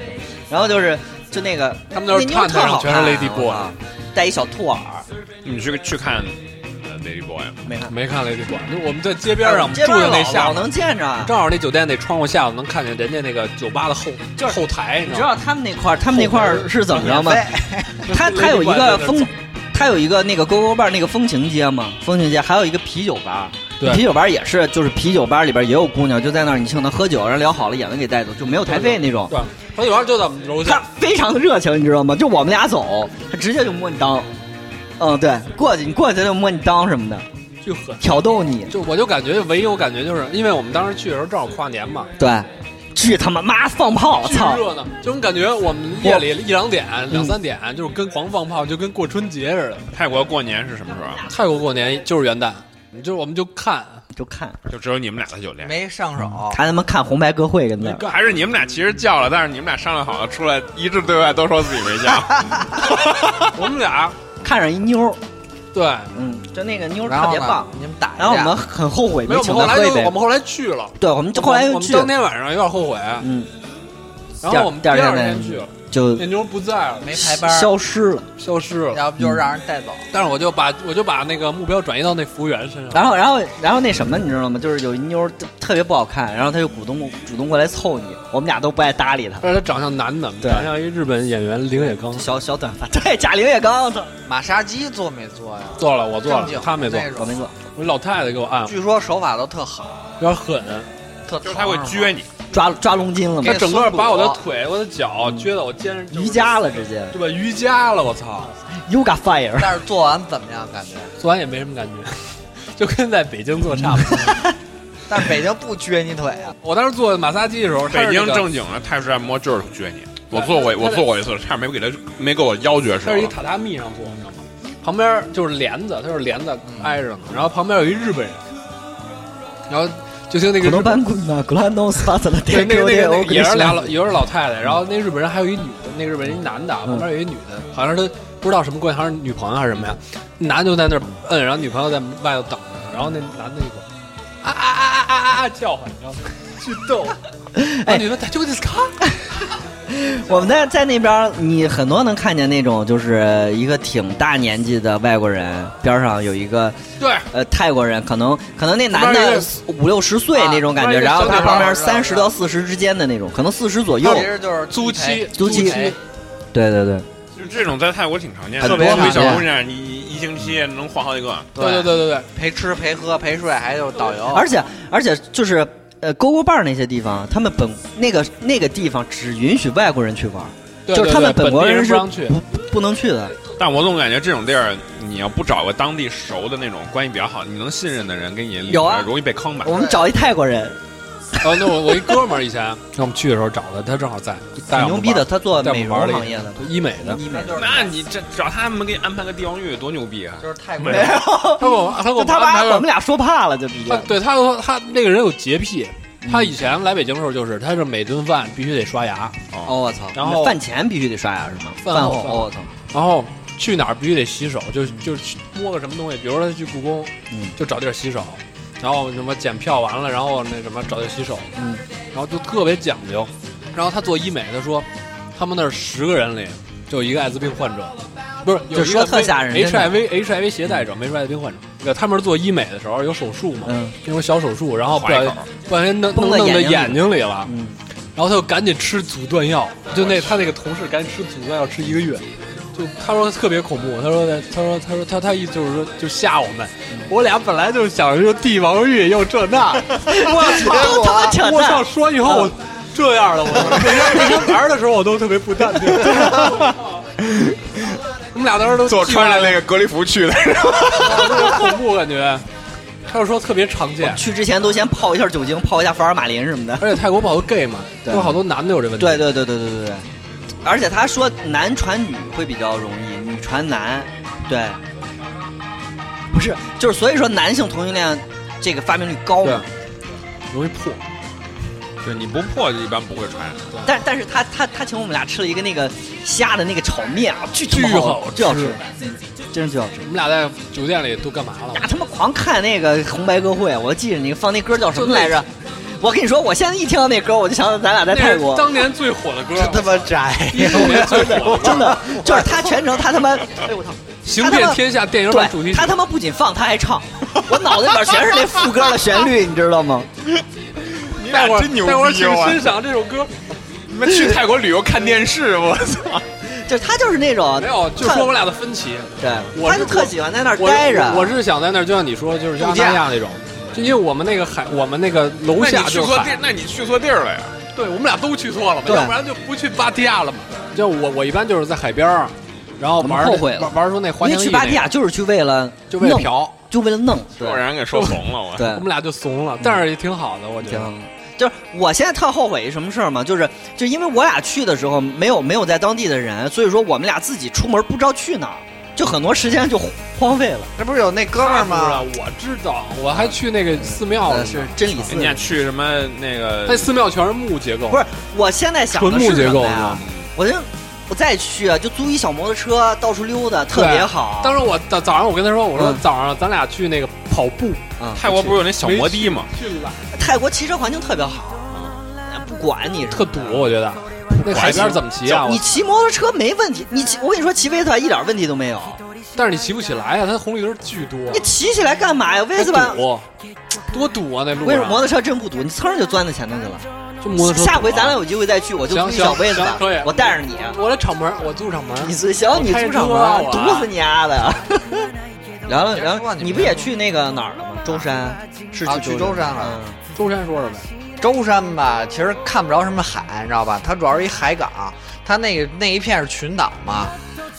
然后就是就那个他们都是那妞儿看台特上好全是看啊 lady boy 我靠带一小兔耳，你去去看呃 Lady Boy 吗？没看。 没看 Lady Boy，那我们在街边上，我们街住边的那老下老面能，见着，啊正好那酒店那窗户下头能看见人家那个酒吧的后就是后台，你知道他们那块儿，他们那块儿是怎么着哎吗？他他有一个风，他有一个那个勾勾 bar 那个风情街嘛，风情街还有一个啤酒吧对。啤酒吧也是，就是啤酒吧里边也有姑娘，就在那儿你请她喝酒，然后聊好了也能给带走，就没有台费那种。对，黄酒吧就在我们楼他下，非常的热情，你知道吗？就我们俩走，他直接就摸你裆。嗯，对，过去你过去就摸你裆什么的，就很。挑逗你。就我就感觉唯一我感觉就是，因为我们当时去的时候正好跨年嘛，对，去他妈妈放炮！巨操，嗯热闹，就你感觉我们夜里一两点、两三点，就是跟狂放炮，就跟过春节似的。泰国过年是什么时候？啊泰国过年就是元旦，你就我们就看，就看就只有你们俩在酒店。没上手，他他妈看红白歌会跟那儿。还是你们俩其实叫了，但是你们俩商量好了，出来一致对外都说自己没叫。我们俩看上一妞儿，对，嗯，就那个妞儿然特后别呢棒，。你们打一架，然后我们很后悔没有，我请们她后来喝一就杯我。们后来去了，对，我们就后来我又们去，当天晚上有点后悔，嗯，然后我们第第二二天天去了，就那妞不在了，没排班儿，消失了。消失了。要不就是让人带走。但是我就把我就把那个目标转移到那服务员身上，然后，然后，然后那什么，你知道吗？就是有一妞儿特特别不好看，然后她就主动主动过来凑你，我们俩都不爱搭理她。但是他长相男的，对长相一日本演员林野刚小小短发，对，贾玲也刚，操马杀鸡做没做嗯呀？做了，我做正了经，他没做，那我没种，做，我老太太给我按，据说手法都特好，有点狠，特就是他会撅你，抓抓龙筋了给吗他？整个把我的松骨腿、我的脚撅到我肩上，就是啊嗯瑜伽了，直接对吧？瑜伽了，我操！ Yoga Fire，但是做完怎么样？感觉？做完也没什么感觉， 就跟在北京做差不多。但是北京不撅你腿啊，我当时做马杀鸡的时候，他是北京那个正经的泰式按摩就是撅你，我做过我做过一次，差点没给他没给我腰撅折它是一了。榻榻米上坐，你知道吗？旁边就是帘子，它是帘子嗯挨着呢，然后旁边有一日本人，然后就听那个可日能本班滚呐，格兰东斯特的对天那个狗那的个那欧个也是俩老也是老太太，然后那日本人还有一女的，那日本人一男的，啊嗯旁边有一女的，好像是他不知道什么关系，好像是女朋友还是什么呀？男的就在那儿摁，然后女朋友在外头等着，然后那男的就管啊啊啊啊啊啊啊叫唤，你知道吗？ 去逗， 哎哎，你们在就这看，我们在在那边儿，你很多能看见那种，就是一个挺大年纪的外国人，边儿上有一个对，呃泰国人，可能可能那男旁边一的个五六十岁那种感觉，啊然后他旁边小女孩三十到四十之间的那种，可能四十左右。其实就是租妻租妻妻，对对对，就这种在泰国挺常见的，很特多别常一见小姑娘，你一一星期能换好几个。对对对对对，陪吃陪喝陪睡，还有导哦游，而且而且就是呃勾勾伴儿那些地方，他们本那个那个地方只允许外国人去玩儿，对就是他们对对国地人人是不让去，不不能去的。但我总感觉这种地儿，你要不找个当地熟的那种关系比较好、你能信任的人跟你聊有啊容易被坑吧？我们找一泰国人， 然哦后那我我一哥们儿以前，那我们去的时候找的，他正好在，带挺我们牛逼的，嗯他做玩，带我美们容玩了行一业的，医美的。医美就是那你这找他们给你安排个帝王浴，多牛逼啊！就是泰国没有人，他给我他给我 就们他安把排我们了，俩说怕了，就直他接。对他说他那个人有洁癖，嗯他以前来北京的时候就是，他是每顿饭必须得刷牙，哦，我操！然后饭前必须得刷牙是吗？饭后后，哦我操！然后去哪儿必须得洗手，就就是去摸个什么东西，比如说他去故宫嗯，就找地儿洗手，然后什么检票完了，然后那什么找地儿洗手，嗯，然后就特别讲究。然后他做医美，他说他们那儿十个人里就有一个艾滋病患者，不是有就一说个特吓人真的 HIV HIV 携带者，没说艾滋病患者。对他们是做医美的时候有手术嘛，嗯那种小手术，然后不划小一心口不小心弄崩弄到弄到眼睛里眼睛里了，嗯，然后他就赶紧吃阻断药，就那他那个同事赶紧吃阻断药，吃一个月。就他说特别恐怖，他说的他说他说他他意思就是说就吓我们，嗯我俩本来就是想着帝王浴又这那， 都他妈我扯操！我操！淡。说以后嗯我这样了，我 每天每天玩的时候我都特别不淡定。我们俩当时都我穿着了那个隔离服去的，特别恐怖感觉，他就说特别常见，去之前都先泡一下酒精，泡一下福尔马林什么的。而且泰国不好多 gay 嘛，对有好多男的有这问题。对对对对对对对。而且他说男传女会比较容易，女传男，对，不是，就是所以说男性同性恋这个发病率高嘛。容易破。就你不破一般不会传染。但但是他他他请我们俩吃了一个那个虾的那个炒面啊，巨巨巨好巨好吃吃，嗯真是巨好吃。我们俩在酒店里都干嘛了？呀，他妈狂看那个红白歌会，我记着你放那歌叫什么来着？我跟你说，我现在一听到那歌，我就想起咱俩在那泰是国，当 年最火的歌，他妈宅，一六年最火的歌真的就是他全程他他妈，哎呦我操，行遍天下电影版主题对，曲他。他妈不仅放，他还唱， 我脑子里边全是那副歌的旋律，你知道吗？你待俩会儿真牛待会儿逼请啊！欣赏这首歌。你们去泰国旅游看电视，我操！就他就是那种没有，就特说我俩的分歧。对，我他是就特喜欢在那儿我待着。我是想在那儿，就像你说，就是像度阿假那亚那种，就因为我们那个海，我们那个楼那下你去就是错海地，，那你去错地儿了呀？对我们俩都去错了嘛，对要不然就不去芭提雅了嘛。就我我一般就是在海边儿，然后我们玩儿后那悔了玩玩儿出那滑因翔为翼去芭那提雅个就是去为了就为了弄嫖，就为了弄，对让人给说怂了，我。对我，们俩就怂了，但是也挺好的，我觉挺得好。就是我现在特后悔一什么事儿嘛，就是就因为我俩去的时候没有没有在当地的人，所以说我们俩自己出门不知道去哪儿，就很多时间就荒废了。这不是有那哥们儿吗？啊不是，我知道，我还去那个寺庙了呃，呢，是真理寺人。家去什么那那个？寺庙全是木结构，不是，我现在想的纯木是结什构么是呀吗？我就我再去啊，就租一小摩托车到处溜达，特别好。当时我早早上我跟他说，我说嗯早上咱俩去那个跑步，嗯泰国不是有那小摩的吗？去了泰国骑车环境特别好，哎不管你特堵，我觉得嗯那海边怎么骑啊？你我骑摩托车没问题，你骑我跟你说骑威斯一点问题都没有。但是你骑不起来呀，它红绿灯巨多，你骑起来干嘛呀？威斯还吧，堵，啊多堵啊那我路跟你说上摩，托车真不堵，你噌儿就钻到前头去了。就摩托车。啊下回咱俩。有机会再去，我就行租一小行被子行可以，我带着你。我的敞篷，我租敞篷。你最行，你租场门我儿，开车啊毒我死你丫 的！聊聊别聊说聊，了你你们不也去那个哪儿了吗？舟山是啊去去舟山了嗯舟山说说呗，舟山吧，其实看不着什么海，你知道吧？它主要是一海港，它那个那一片是群岛嘛。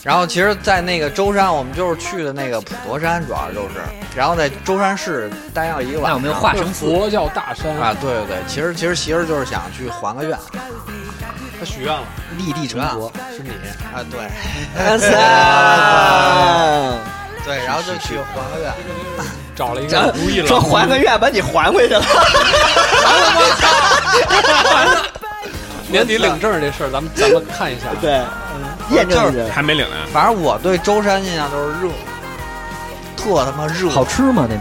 然后其实，在那个舟山，我们就是去的那个普陀山，主要就是，然后在舟山市待要一个晚上。那有没有化是成佛？佛教大山啊，，对对对，其实其实媳妇儿就是想去还个愿他许愿了，立地成佛。是你。啊，对 哇 塞！ 对，然后就去还个愿。找了一个如意说郎君，还个愿把你还回去了，年底领证这事儿，咱们咱们看一下。 对，验证一下。还没领呢。反正我对舟山印象都是热，特他妈热，好吃吗？那边？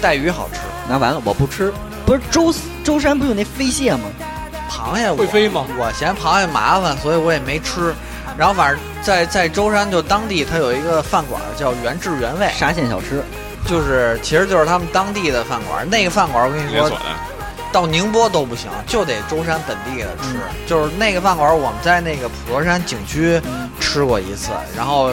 带鱼好吃，那完了，我不吃。不是舟舟山不有那飞蟹吗？螃蟹我会飞吗我嫌螃蟹麻烦，所以我也没吃。然后反正在在舟山就当地，它有一个饭馆叫原汁原味，沙县小吃，就是其实就是他们当地的饭馆。那个饭馆我跟你连说锁，的，到宁波都不行，就得舟山本地的吃。嗯就是那个饭馆，我们在那个普陀山景区嗯吃过一次，然后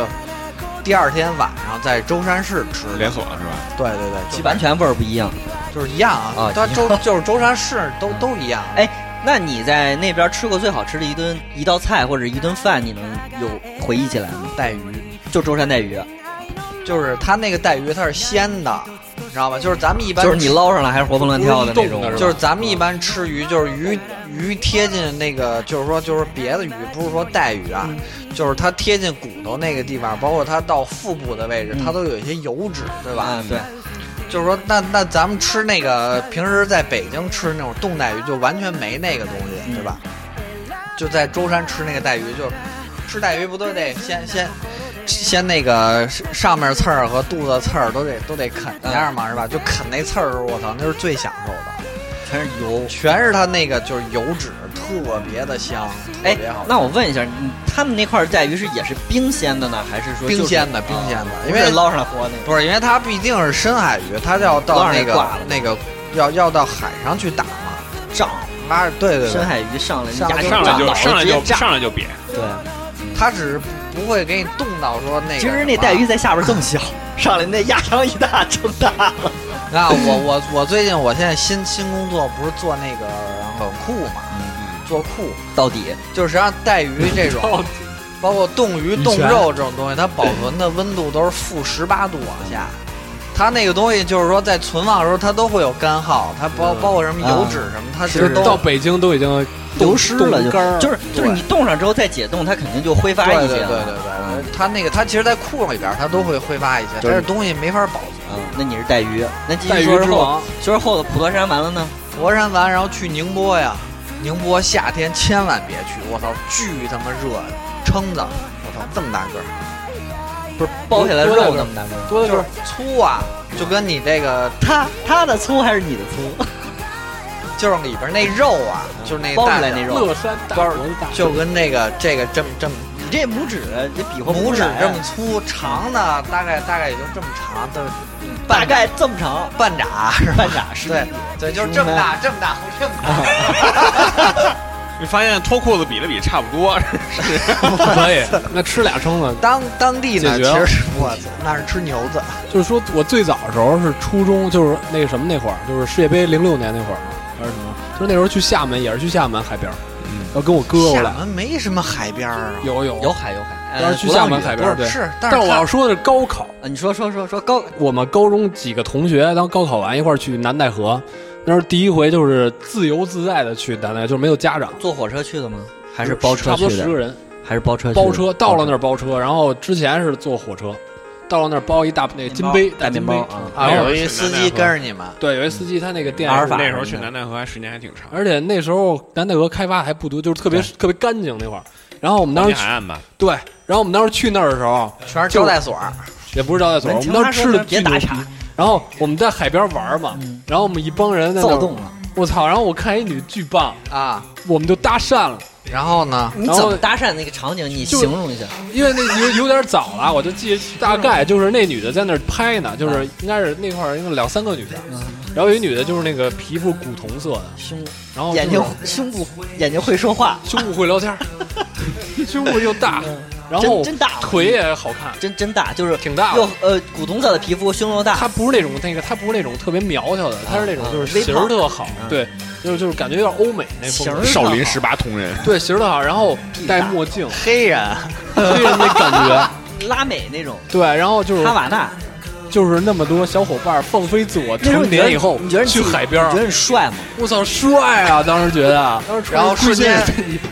第二天晚上在舟山市吃的。连锁的是吧？对对对，其完全味儿不一样。就是一样啊啊。它一舟 就是舟山市都都一样。哎，那你在那边吃过最好吃的一顿一道菜或者一顿饭，你能有回忆起来吗？带鱼，就舟山带鱼，就是它那个带鱼它是鲜的，你知道吧？就是咱们一般就是你捞上来还是活蹦乱跳的那种不是冻的是吧，就是咱们一般吃鱼，就是鱼鱼贴近那个，就是说就是别的鱼，不是说带鱼嗯啊，就是它贴近骨头那个地方，包括它到腹部的位置，嗯它都有一些油脂，对吧？嗯对，就是说那那咱们吃那个平时在北京吃那种冻带鱼，就完全没那个东嗯西，对吧？就在舟山吃那个带鱼，就吃带鱼不都得先先先那个上面刺儿和肚子刺儿都得都得啃一下嗯嘛，是吧？就啃那刺儿的时候，我操，那是最享受的，全是油。全是它那个就是油脂，特别的香，特哎别好，吃。那我问一下，你他们那块儿带鱼是也是冰鲜的呢，还是说就是冰鲜的啊冰鲜的不因为是捞上来活那种？不是因为它毕竟是深海鱼，它要捞到上来那个挂了那个要要到海上去打嘛，胀，拉着啊对对对深，海鱼上来上来就压上来就脑上来直接就炸。上来就瘪，对，它只是不会给你冻到说那个。其实那带鱼，在下边更小，上来那压上一大撑大了。那啊我我我最近我现在新新工作不是做那个然后库嗯嘛，做库到底就是实际上带鱼这 哦种，包括冻鱼、冻肉这种东西，它保存的温度都是负十八度往下。它那个东西就是说，在存放的时候，它都会有干耗，它嗯包包括什么油脂什么，它其就实是都到北京都已经冻流失了冻干儿就就是就是你冻上之后再解冻，它肯定就挥发对一对些对对了。对，它那个它其实，在库里边儿它都会挥发一些，嗯就是但是东西没法保存。嗯，那你是带鱼，那继带续鱼说说之后，王，说说后的普陀山完了呢？佛山完，然后去宁波呀。宁波夏天千万别去，我操，巨他妈热，撑的，我操，这么大个儿，不是包起来多大肉个那么大个儿？多的就是是粗啊，就跟你这个，它它的粗还是你的粗？ 就是里边那肉啊，就是那包大出来小那 肉乐山大佛大，就跟那个这个这么这么一这拇指这比划不拇出指来啊这么粗，长呢大概大概也就这么长，就是大半概这么长，半掌是吧？半掌是对 对，就是这么大这么大，这么 大。你发现脱裤子比了比，差不多。可以， 那吃俩撑子。当当地呢，解其决实了是我操，那是吃牛子，就是说我最早的时候是初中，就是那个什么那会儿，就是世界杯零六年那会儿嘛，还是什么？就是那时候去厦门，也是去厦门海边儿，然后跟我哥我厦俩门没什么海边儿啊。有有有，海有海，当时去厦门海边儿不对是。是，但但是我看要说的是高考，啊，你说说说说高，我们高中几个同学，当高考完一块儿去南戴河，那是第一回就是自由自在的去南戴河，就是没有家长，坐火车去的吗？还还是包车差不多去十个的？人，还是包车去的？包车到了那儿包车，然后之前是坐火车，到了那儿包一大那个金杯大面金杯包啊啊，哎然呦后有一司机跟着你们，对，有一司机他那个店阿尔是法那时候去南戴河还时间还挺长，而且那时候南戴河开发还不多，就是特别特别干净那会儿。然后我们当时你去啊海岸吧，对，然后我们当时去那儿的时候，全是招待所儿，也不是招待所，文我青们当时吃的别打岔，嗯然后我们在海边玩嘛，然后我们一帮人在那躁儿动，了。我操！然后我看一女巨棒，啊。我们就搭讪了，然后呢，你然怎后么搭讪那个场景？你就形容一下。因为那有有点早了，我就记大概就是那女的在那儿拍呢，啊就是应该是那块儿应该两三个女的，嗯然后有一女的就是那个皮肤古铜色的，胸然后眼睛胸部眼睛会说话，胸部会聊天 儿，胸部又大，然后嗯真真大腿也好看。真真大，就是挺大的又呃古铜色的皮肤，胸肉大啊他，不是那种那个，他不是那种特别苗条的，他是那种就是微型胖嗯儿特好，对，就是就是感觉有点欧美那风型儿格，少林十八铜人，对型儿特好，然后戴墨镜，黑人黑人那感 觉，拉美那种，对，然后就是哈瓦那。就是那么多小伙伴放飞自我，那时候成你觉得年以后你觉得你去自己海边儿你觉，得你帅 吗？我操帅啊！当时觉得，当时然后龟瞬仙间人的衣 服，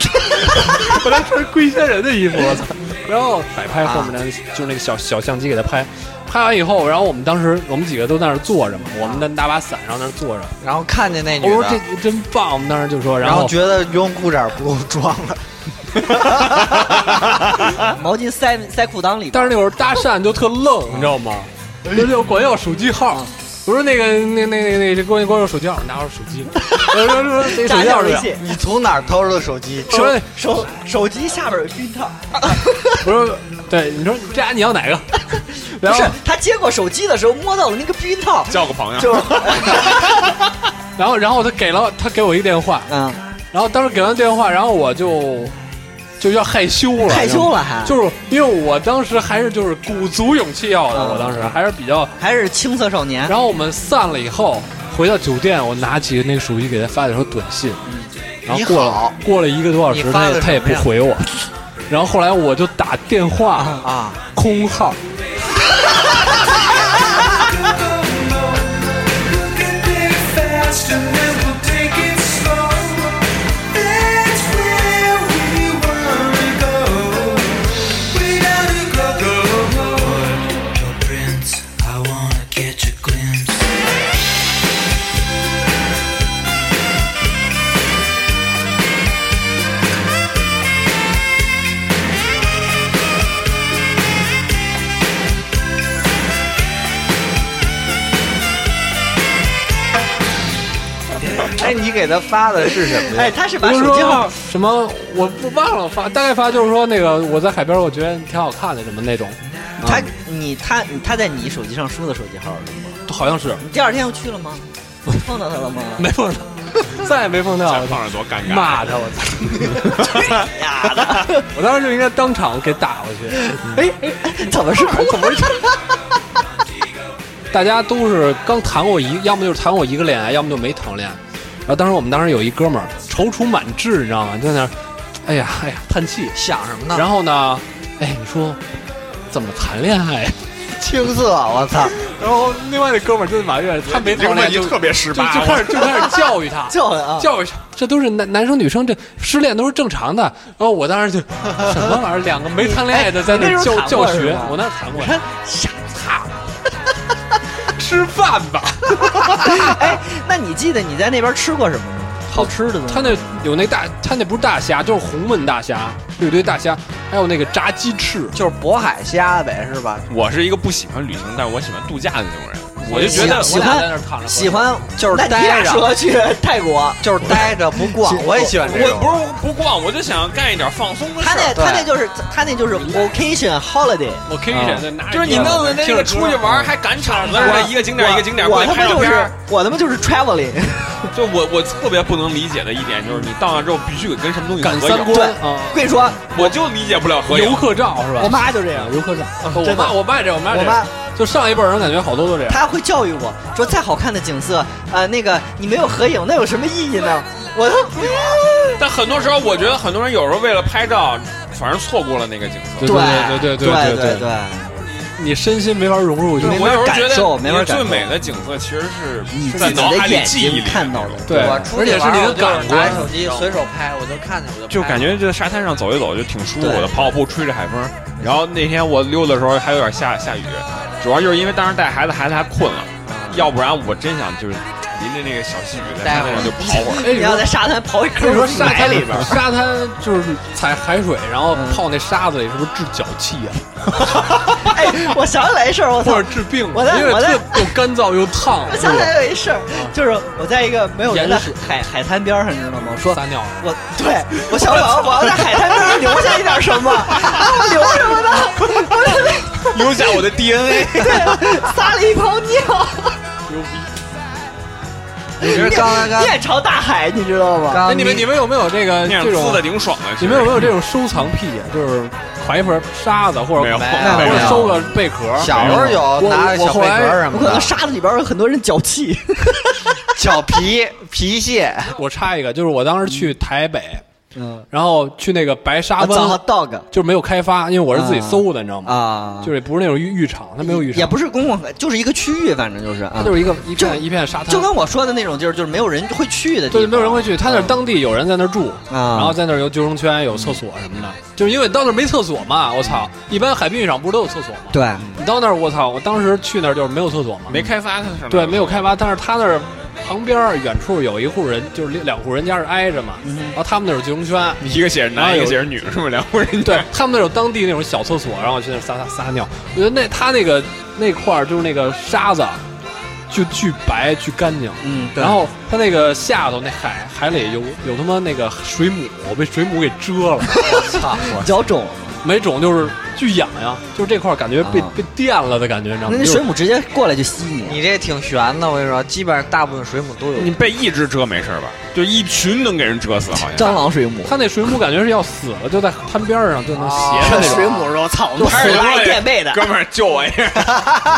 我当时穿龟仙人的衣服，我操！然后摆拍后面那就是那个小小相机给他拍，拍完以后，然后我们当时我们几个都在那儿坐着嘛，我们那拿把伞，然后那儿坐着。然后看见那我女说的这，真棒，我们当时就说，哦然然后后觉得用裤衩不够装 了，毛巾塞塞裤裆里边，但是那会儿搭讪就特愣，你知道吗？哎就就管要手机号，我说那个那那那那这给我给我手机号，拿我手 机，我说说这手炸机掉号是微吧信，你从哪儿偷了手 机？我说手手机下边有避套，我说对，你说这俩你 要哪个？然不后是他接过手机的时候摸到了那个避孕套，叫个朋友。 就然后然后他给了他给我一电话，嗯然后当时给完电话，然后我就就要害羞 了，害羞了还你知道吗就是因为我当时还是就是鼓足勇气要的，嗯我当时还是比较。还是青涩少年，然后我们散了以后，回到酒店，我拿起那个手机给他发了一条短信，然后过你好了过了一个多小时，你发他的也他也什么不呀回我。然后后来我就打电话啊，空号，哎，你给他发的是什么呀？ 哎，他是我把就手机说号什么我不忘了发，大概发就是说那个我在海边，我觉得你挺好看的什么那种，他你他他在你手机上输的手机号是吗？好像 是你第二天又去了吗？碰到他了 吗？没碰到， 再也没碰到再，放着多尴尬！骂他我操！呀的， 我当时就应该当场给打回去。 哎哎，怎么是 怎么是？大家都是刚谈过一，要么就是谈过一个恋爱，要么就没谈过恋爱。然后当时我们当时有一哥们儿踌躇满志，你知道吗？就在那儿，哎呀哎呀叹气。想什么呢？然后呢，哎，你说怎么谈恋爱？青涩，我操！然后另外那哥们儿就埋怨他没这谈个过恋问爱题就特别十就八，就开始就开始 教育他，叫的啊！教育他，这都是男男生女生这失恋都是正常的。然后我当时就什么玩意儿，两个没谈恋爱的在你那那时候教谈教过是学吧，我那谈过，傻吃饭吧。哎，那你记得你在那边吃过什么吗？好吃的东西他那有那大，他那不是大虾，就是红焖大虾，有一堆大虾，还有那个炸鸡翅。就是渤海虾呗，是吧？我是一个不喜欢旅行，但是我喜欢度假的那种人。我就觉得我俩在那儿躺着，喜欢就是那你待俩着适合去泰国。就是待着不逛，我也喜欢这我种。不是不逛，我就想干一点放松的事他那儿。他那就是他那就是 vacation holiday。我 K 人拿着啊就是你碟子弄的那听个着出去歌玩儿还赶场子似我的，一个景点一个景点过我去他拍妈照就片是儿。我他妈就是 traveling， 就我我特别不能理解的一点就是，你到那之后必须得跟什么东西赶合三影，对观啊，我跟你说，我就理解不了合影游。客照是吧？我妈就这样啊，游客照，我真的妈我妈也这样，我妈也我这样妈，就上一辈人感觉好多都这样。她会教育我说，再好看的景色，呃，那个你没有合影，那有什么意义呢？我都但很多时候，我觉得很多人有时候为了拍照，反而错过了那个景色。对对对对对对对对，你身心没法融入进没去。法我有时候感觉受没法得，感最受美的景色其实是你自在己脑海的里眼记忆睛里看到那的种。对，我出而去且是玩你儿的我就是感拿官着。手机随手拍，我就看见我就就拍感觉就在沙滩上走一走就挺舒服的，对跑跑步吹着海风。然后那天我溜的时候还有点下下雨，主要就是因为当时带孩子，孩子还困了，要不然我真想就是淋着那个小细雨在沙滩上就跑会儿。哎，你要在沙滩刨一你坑说沙埋滩里边儿，沙滩就是踩海水，然嗯后泡那沙子里，是不是治脚气 啊？哎，我想起来一事儿，我操或者治病？啊我在因为我在特又干燥又烫我，想起来有一事儿，就是我在一个没有人的盐水海海滩边儿上，你知道吗？我说撒尿了。我对我想我要我要在海滩边上留下一点什么，啊，我留什么呢？我在那 留下我的 DNA。对撒了一泡尿，你是刚 才刚面朝大海，你知道吗？哎，刚你们你们有没有这个那样这呲的种？挺爽的。其实你们有没有这种收藏癖啊？就是怀一盆沙子，或没者有？那或没者有收个贝壳。小时候我有拿着我小后贝壳来什我么可能的，沙子里边有很多人脚 气，小皮皮蟹，我插一个，就是我当时去台北，嗯，然后去那个白沙啊，造好湾， dog 就是没有开发，因为我是自己搜的，你知道吗？啊，就是不是那种浴浴场，它没有浴场，也不是公共，就是一个区域，反正就是它啊就，是一个一就片一片沙滩，就跟我说的那种地儿，就是没有人会去的地对，方，没有人会去。他那儿当地有人在那儿住，啊然后在那儿有救生圈、有厕所什么的。就是因为到那儿没厕所嘛，我操！一般海滨浴场不是都有厕所吗？，对，你到那儿，我操！我当时去那儿就是没有厕所嘛，没开发它是吗？对，没有开发，但是他那儿旁边儿远处有一户人，就是两户人家是挨着嘛，嗯然后他们那儿有救生圈，一个写着然男，后一有个写着女，是不是两拨人？ 对他们那儿有当地那种小厕所，然后我去那儿撒撒撒尿。我觉得那他那个那块儿就是那个沙子，就巨白巨干净。嗯，对然后他那个下头那海海里有有他妈那个水母，我被水母给蛰 了，操！脚肿，没种就是巨痒痒，就是这块儿感觉被、啊被电了的感觉，你知道吗？那那就是水母直接过来就吸你，你这挺悬的，我跟你说，基本上大部分水母都有。你被一只蛰没事吧？就一群能给人蛰死，好像。蟑螂水母。他那水母感觉是要死了，就在滩边儿上就能斜着啊看那种。啊水母说：“操，我还死是拉说一垫背的哥们儿救我一下！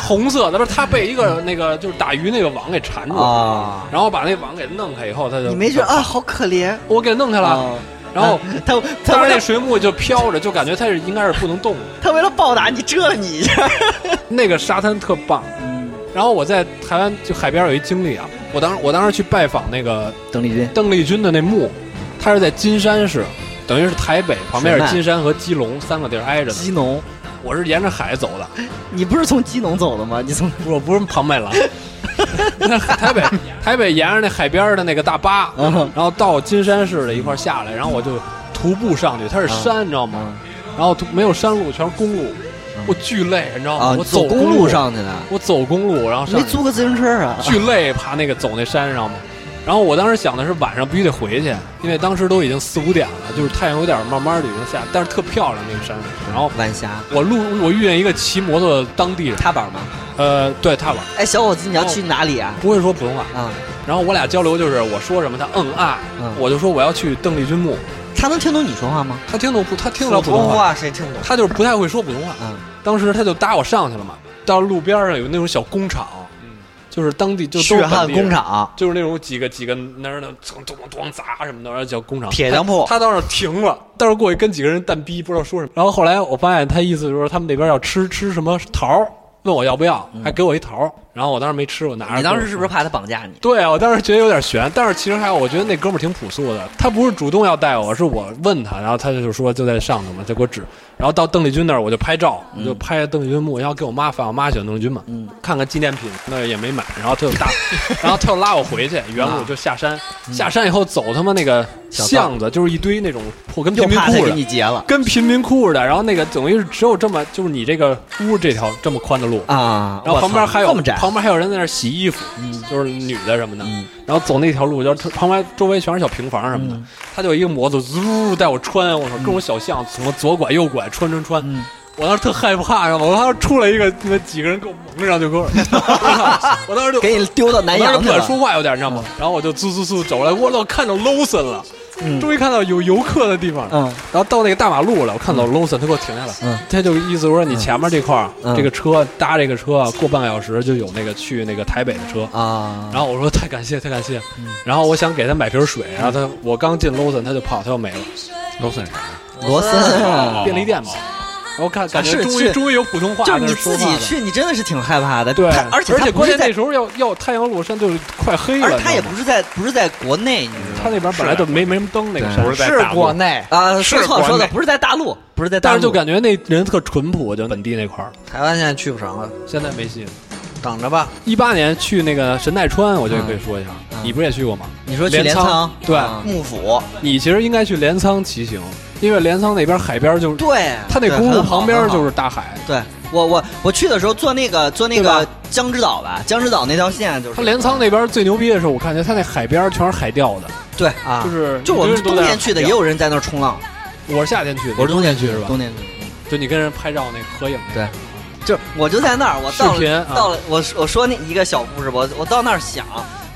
红色的，不是他被一个那个就是打鱼那个网给缠住，啊然后把那网给弄开以后，他就你没觉得？啊，好可怜我给弄开了，啊？然后。 他他当为时那了水母就飘着，就感觉它是应该是不能动的。他为了报答你蛰了你一下， 那个沙滩特棒。嗯然后我在台湾就海边有一经历啊，我当时我当时去拜访那个邓丽君 邓丽君的那墓，它是在金山市，等于是台北旁边水是漫金山和基隆三个地儿挨着的。基农，我是沿着海走的，你不是从基农走的吗？你从我不是庞麦 郎。台北台北沿着那海边的那个大巴， 嗯然后到金山市的一块儿下来，然后我就徒步上去，它啊是山，你知道吗？然后徒没有山路，全是公路，我巨累，你知道吗？啊我走公公路，上去的，我走公路，然后上没去租个自行车啊？巨累，爬那个走那山上嘛。然后我当时想的是晚上必须得回去，因为当时都已经四五点了，就是太阳有点慢慢的已经下，但是特漂亮那个山。然后晚霞我路我遇见一个骑摩托的当地人，踏板吗？呃，对，踏板哎，小伙子，你要哦去哪里啊？不会说普通话。啊，然后我俩交流就是我说什么他嗯啊，嗯我就说我要去邓丽君墓，他能听懂你说话吗？他听懂不？他听不了普普通通话，话谁听啊懂？他就是不太会说普通话。嗯当时他就搭我上去了嘛，到路边上有那种小工厂，就是当地就都是嗯血汗本地人工。厂，就是那种几个几个那儿的咚咚咚砸什么的，然后叫工厂铁匠铺他他到那儿停了，到时候过去跟几个人蛋逼，不知道说什么。然后后来我发现他意思就是说他们那边要吃吃什么桃儿，问我要不要，嗯还给我一桃儿。然后我当时没吃，我拿着。你当时是不是怕他绑架你？对啊，我当时觉得有点悬，但是其实还好，我觉得那哥们儿挺朴素的。他不是主动要带我，是我问他，然后他就说就在上头嘛，就给我指。然后到邓丽君那儿，我就拍照，我就拍邓丽君墓，然后给我妈发，我妈喜欢邓丽君嘛，看看纪念品，那也没买。然后他就搭，然后他又拉我回去，原路就下山，下山以后走他妈那个小灶巷子，就是一堆那种破跟又贫民怕他窟给似的，你劫了跟贫民窟似的。然后那个等于是只有这么，就是你这个屋这条这么宽的路，啊！然后我旁边操还有这么窄，旁边还有人在那儿洗衣服，嗯就是女的什么的。嗯然后走那条路，就是特旁边周围全是小平房什么的。他就有一个摩托，呜带我穿，我操，各种小巷，怎么左拐右拐，穿穿穿。嗯我当时特害怕，知道吗？我当时出来一个，那么几个人给我蒙上，就给我，我操我当时就给你丢到南我当时阳去不敢说了。话，有点，你知道吗？然后我就滋滋滋走过来，我老看到 Lawson 了，嗯终于看到有游客的地方了。嗯然后到那个大马路了，我看到 Lawson，他给我停下来，嗯他就意思说你前面这块儿、嗯这个车搭这个车过半个小时就有那个去那个台北的车。啊，然后我说太感谢太感谢，然后我想给他买瓶水，然后他我刚进 Lawson 他就跑，他就没了，都算啥？罗森啊，便利店嘛。然后看哦感觉是终是于终于有普通话就在是那你儿说自话己了，去，你真的是挺害怕的。对，他而且而他且不关是键在那，时候要要太阳落山就是快黑了，而且他也你知不道吗是在不是在国内，你知道他吗？那边本来就没没什么灯那个对山不是在是大陆国内，啊，说是错了国说的内不是在大陆，不是在但大是陆就，感觉那人特淳朴，就本地那块儿，台湾现在去不成了，现在没戏了。等着吧。一八年去那个神奈川，我觉得可以说一下，嗯你不是也去过吗？你说去镰镰仓仓，对啊幕府你其实应该去镰仓骑行，因为镰仓那边海边就是，对，它那对公路很好旁边很好就是大海，对我我我去的时候坐那个坐那个江之岛吧，江之岛那条线就是它镰仓那边最牛逼的是，我看见它那海边全是海钓的，对啊，就就是我一们堆人都冬在天去的，也有人在那儿冲浪，我是夏天去的，我是冬天去是吧？冬天去的。嗯就你跟人拍照那个合影那个，就是我就在那儿，我到视频了啊到了，我我说那一个小故事，我我到那儿想，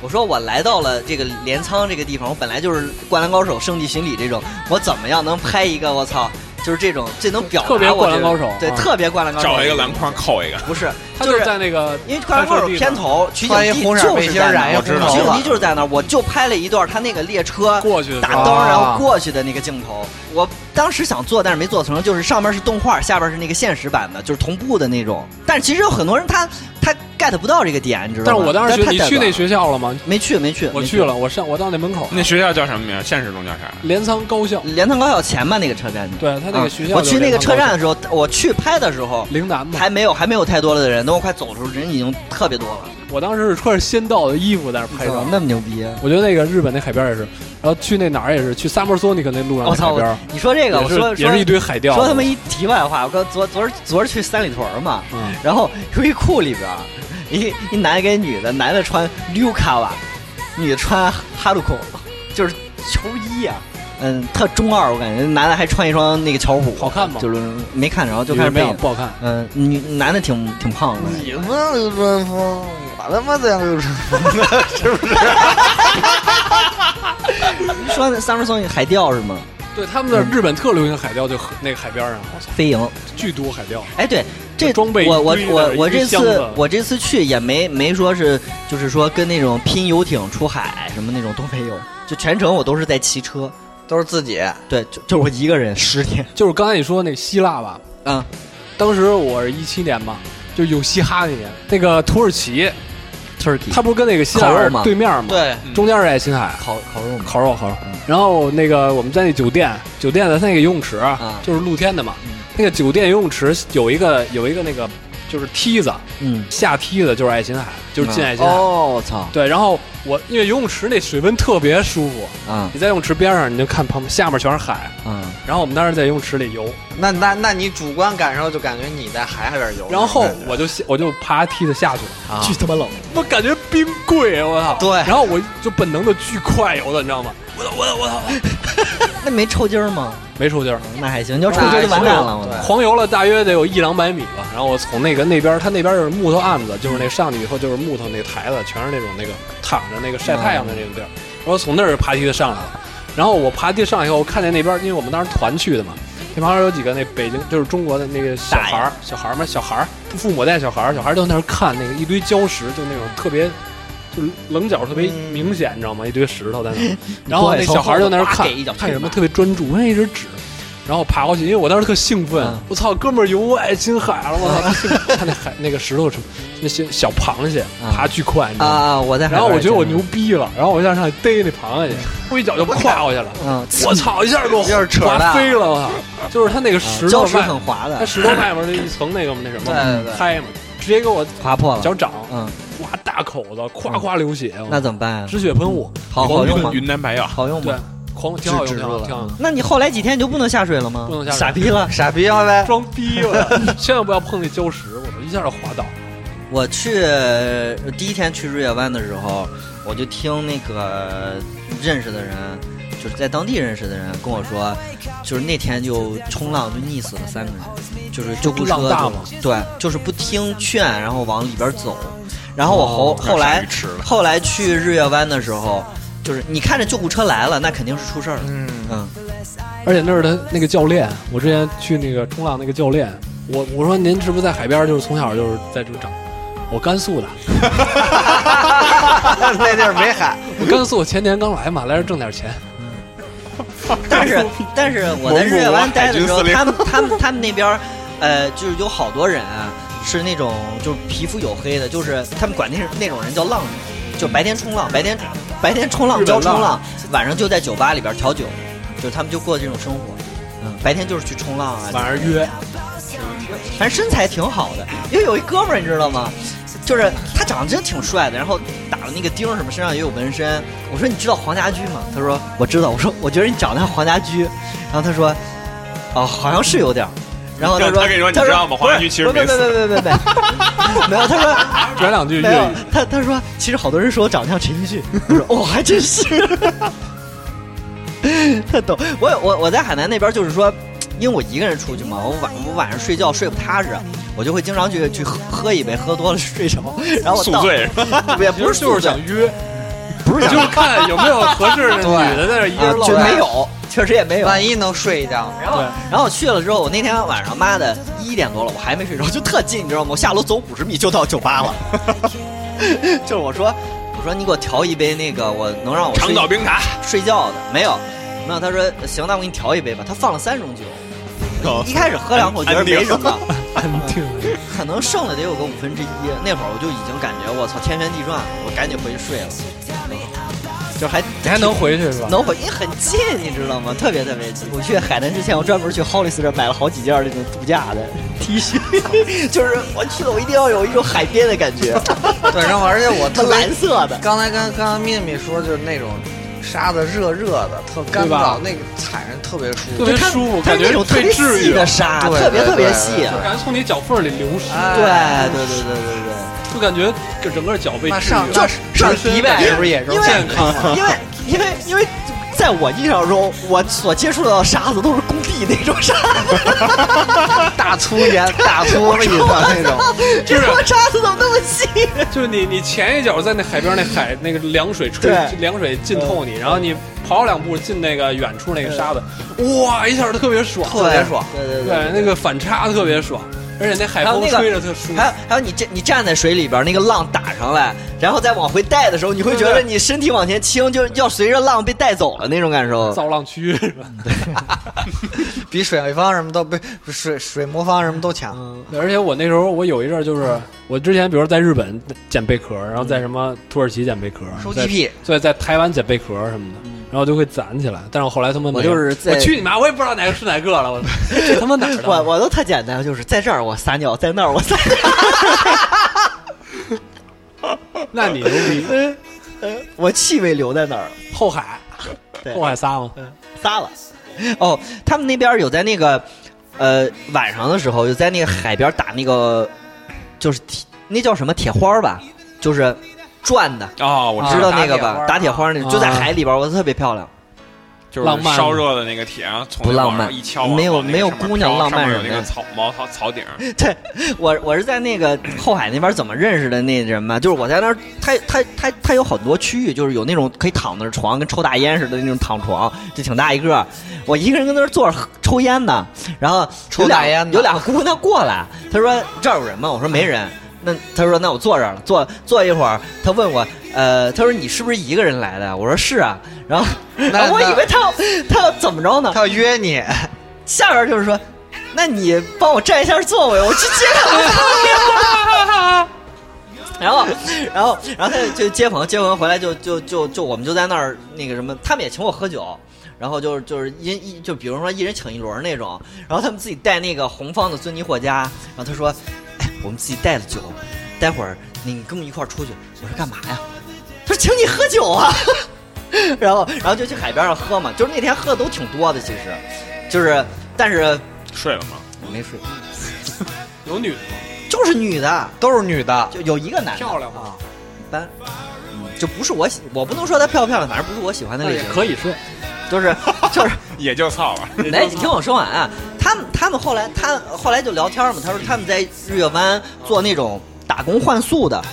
我说我来到了这个镰仓这个地方，我本来就是《灌篮高手》《圣地巡礼》这种，我怎么样能拍一个我操，就是这种最能表达特别我灌篮这个高手对，啊特别《灌篮高手》找一个篮筐扣一个，不是，他就是在那个因为《灌篮高手》片头取景穿一地红色就背是心在儿，那染一儿红头啊我知取景道发地，就是在那儿，我就拍了一段他那个列车过去的时打候灯，然啊后过去的那个镜头。我当时想做，但是没做成，就是上面是动画，下边是那个现实版的，就是同步的那种。但是其实有很多人他他 get 不到这个点，你知道吗？但是我当时觉得太你代去表那了学校了吗？没去没去，我没去了，我上我到那门口，那学校叫什么名？现实中叫啥？镰仓高校，镰仓高校前吧那个车站的。对他那啊个学校，我去那个车站的时候，我去拍的时候。陵南嘛，还没有，还没有太多的人。等我快走的时候，人已经特别多了。我当时是穿着仙道的衣服在那拍照。那么牛逼、啊我觉得那个日本那海边也是，然后去那哪儿也是，去 Summer Sonic 那路上我的操！海我边，你说这个，也我是说也说是一堆海钓。说他们一题外话，我刚昨昨儿昨儿去三里屯儿嘛，嗯然后优衣库里边儿一一男给女的，男的穿 l u k a 女的穿哈鲁口，就是球衣啊，嗯，特中二，我感觉男的还穿一双那个巧虎，好看吗就是没看着，就你看是着没背有影。不好看。嗯，女男的挺挺胖的，你他妈流川枫，我他妈在流川枫呢，是不是？你说那 Summer Song 海钓是吗？对他们那儿日本特流行海钓，就和那个海边上，我操，飞营。巨多海钓。哎，对，这装备我我一堆的我我一堆这箱次子我这次去也没没说是就是说跟那种拼游艇出海什么那种都没有，就全程我都是在骑车，都是自己，对，就就我一个人十 天，就是刚才你说那个希腊吧，嗯，当时我是一七年嘛，就有嘻哈那年，那个土耳其， Turkey 它不是跟那个希腊烤肉是吗对面嘛，对，中间是爱琴海， 烤烤肉嘛，烤肉烤肉嗯。然后那个我们在那酒店，酒店的它那个游泳池啊就是露天的嘛，那个酒店游泳池有一个有一个那个就是梯子，嗯，下梯子就是爱琴海，就是进爱琴海。哦，我操对，然后我因为游泳池那水温特别舒服，啊你在游泳池边上，你就看旁边下面全是海。啊，然后我们当时在游泳池里游，哦那那那你主观感受就感觉你在海里边游，然后我就下我就爬梯子下去了，巨他妈冷，我感觉冰柜，我操！对然后我就本能的巨快游的，你知道吗？我操我操我操，那没抽筋儿吗？没抽筋儿。那还行，你要抽筋儿就完蛋了，我操对狂游了大约得有一两百米吧，然后我从那个那边，它那边是木头案子，就是那上去以后就是木头那台子，全是那种那个躺着那个晒太阳的那种地儿，然后从那儿爬梯子上来了，然后我爬梯上来以后，我看见那边，因为我们当时团去的嘛，那旁边有几个那北京就是中国的那个小孩儿，小孩儿嘛，小孩儿，父母带小孩儿，小孩儿都在那儿看那个一堆礁石，就那种特别。就棱角特别明显，你知道吗？一堆石头在那儿，然后那小孩儿就在那儿从后头叭看给一脚，看什么特别专注，我哎那一直指，然后爬过去，因为我当时特兴奋，嗯我操，哥们儿游爱琴海了，我操太兴奋了，看那海那个石头什么，那些小螃蟹啊爬巨快，你知啊道吗？啊！我在海然边后儿我也觉得我牛见逼了，然后我就上去逮那螃蟹去，我一脚就跨过去了，过，嗯，我操，一下给我又是扯划淡飞了，我 操，就是它那个石头礁石外，很滑它的，石头外面那一层那个那什对对 么对拍嘛，直接给我划破了，脚掌嗯，哇大口子，夸夸流血，我那怎么办啊？止血喷雾，好好用吗？云南白药，好用对吗？，狂挺好用，止挺住好了挺好用，那你后来几天你就不能下水了吗？不能下水傻逼了。傻逼好呗，装逼了， 千万不要碰那礁石，我操，一下就滑倒。我去呃第一天去日月湾的时候，我就听那个认识的人，就是在当地认识的人跟我说，就是那天就冲浪就溺死了三个人，就是救护车浪大吗就对，就是不听劝，然后往里边走。然后我后、哦那后鲨来鱼吃了后来去日月湾的时候，就是你看着救护车来了，那肯定是出事儿了。嗯，嗯，而且那是他那个教练，我之前去那个冲浪那个教练，我我说您是不是在海边就是从小就是在这长？我甘肃的，那地儿没海，我甘肃前年刚来嘛，来这挣点钱。但 是但是我在日月湾待的时候，蒙古他们他们他们那边儿，呃，就是有好多人啊，是那种就是皮肤黝黑的，就是他们管那那种人叫浪人，就白天冲浪，白天白天冲浪日本教冲浪浪，晚上就在酒吧里边调酒，就是他们就过这种生活。嗯，白天就是去冲浪啊，晚上约，反正身材挺好的。因为有一哥们儿你知道吗？就是他长得真挺帅的，然后打了那个钉儿什么，身上也有纹身。我说你知道黄家驹吗？他说我知道。我说我觉得你长得像黄家驹。然后他说哦，好像是有点儿。然后他说他跟你说你他知道吗黄家驹其实不是没死不是不是不是不是没有。他说转两句没有粤语。，他他说其实好多人说我长得像陈奕迅，我说哦，还真是。 他懂我我我在海南那边就是说，因为我一个人出去嘛，我晚我晚上睡觉睡不踏实，我就会经常去去喝喝一杯，喝多了睡着，然后我宿到醉是吧？ 也不是其实就是宿醉想约，不是就想是看有没有合适的女对的在这一人啊唠就呗嗑。没有，确实也没有。万一能睡一觉呢，然后对，然后我去了之后，我那天晚上妈的一点多了，我还没睡着，就特近，你知道吗？我下楼走五十米就到酒吧了。 就是我说，我说你给我调一杯那个，我能让我睡长岛冰茶，睡觉的，没有，没有。他说行，那我给你调一杯吧。他放了三种酒，哦一开始喝 两哎口觉得没什么，安定，可能剩了得有个五分之一。那会儿我就已经感觉我操天旋地转，我赶紧回去睡了。就还你还能回去是吧？能回，因为很近，你知道吗？特别特别近。我去海南之前，我专门去 Hollister 买了好几件那种度假的 T 恤， 就是我去了，我一定要有一种海边的感觉， 对，然后而且我它特别蓝色的。刚才跟刚才咪咪说，就是那种沙子热热的，特干对吧燥，那个踩着特别舒 特服。别就它舒服，它感是那觉种特被别治细愈的了，沙，对特别对特别对细。对感觉从你脚缝里流逝，哎对对对对对对。就感觉整个脚被那治上愈了。上上迪拜是不是也啊是因为健康因为因为因为在我印象中，我所接触到的沙子都是工地那种沙子， 大粗盐、大粗粒的那种？这他妈沙子怎么那么细？就是你，你前一脚在那海边那海那个凉水吹对，凉水浸透你，然后你跑两步进那个远处那个沙子，哇，一下就特别爽，特别爽。对对对，那个反差特别爽，而且那海还有风那个吹着特舒服还。有还有，你站你站在水里边，那个浪打上来，然后再往回带的时候，你会觉得对对你身体往前倾，就要随着浪被带走了那种感受。造浪区是吧？ 比水立方什么都不不水水魔方什么都强。嗯，而且我那时候我有一阵儿就是，我之前比如在日本捡贝壳，然后嗯在什么土耳其捡贝壳，收在 GP 所以在台湾捡贝壳什么的，然后就会攒起来。但是我后来他们嗯我没就有是在我去你妈，我也不知道哪个是哪个了，我这他妈哪儿的？我我都特简单，就是在这儿我撒尿，在那儿我撒尿，那你牛逼， 我气味留在那儿。后海对，后海仨吗？撒了。哦，他们那边有在那个呃晚上的时候，有在那个海边打那个，就是铁那叫什么铁花儿吧，就是转的，啊，我你知知道，道那个吧？打铁花儿那啊就在海里边，我觉得特别漂亮。就是浪漫烧热的那个铁，然后从不那浪往上漫一敲往没有往那个没有上面姑娘飘浪上面漫有什那么个的草茅草草顶儿， 对，我我是在那个后海那边怎么认识的那人嘛？就是我在那儿，他他他他有很多区域，就是有那种可以躺的床，跟抽大烟似的那种躺床，就挺大一个。我一个人跟那儿坐着抽烟呢，然后抽有俩大烟呢有俩姑娘过来，她说这儿有人吗？我说没 人。那她说那我坐这儿了，坐坐一会儿。她问我，呃，她说你是不是一个人来的？我说是啊。然后那 然后我那以为她要她要怎么着呢？他要约你，下边就是说，那你帮我占一下座位，我去接他们。 然后，然后，然后他就接朋友，接朋友回来就就就就我们就在那儿那个什么，他们也请我喝酒，然后就是就是一一就比如说一人请一轮那种，然后他们自己带那个红方的尊尼获加，然后他说，哎，我们自己带了酒，待会儿你跟我们一块儿出去，我说干嘛呀？他说请你喝酒啊。 然后然后就去海边上喝嘛，就是那天喝的都挺多的，其实，就是但是睡了吗？我没睡， 有女的吗就是女的，都是女的，就有一个男的，漂亮吗？一般，嗯，就不是我喜，我不能说她漂不漂亮，反正不是我喜欢的那类也型，可以睡。就是就是。也就操了。 来，你听我说完啊。他们他们后来他后来就聊天嘛，他说他们在日月湾做那种打工换宿的，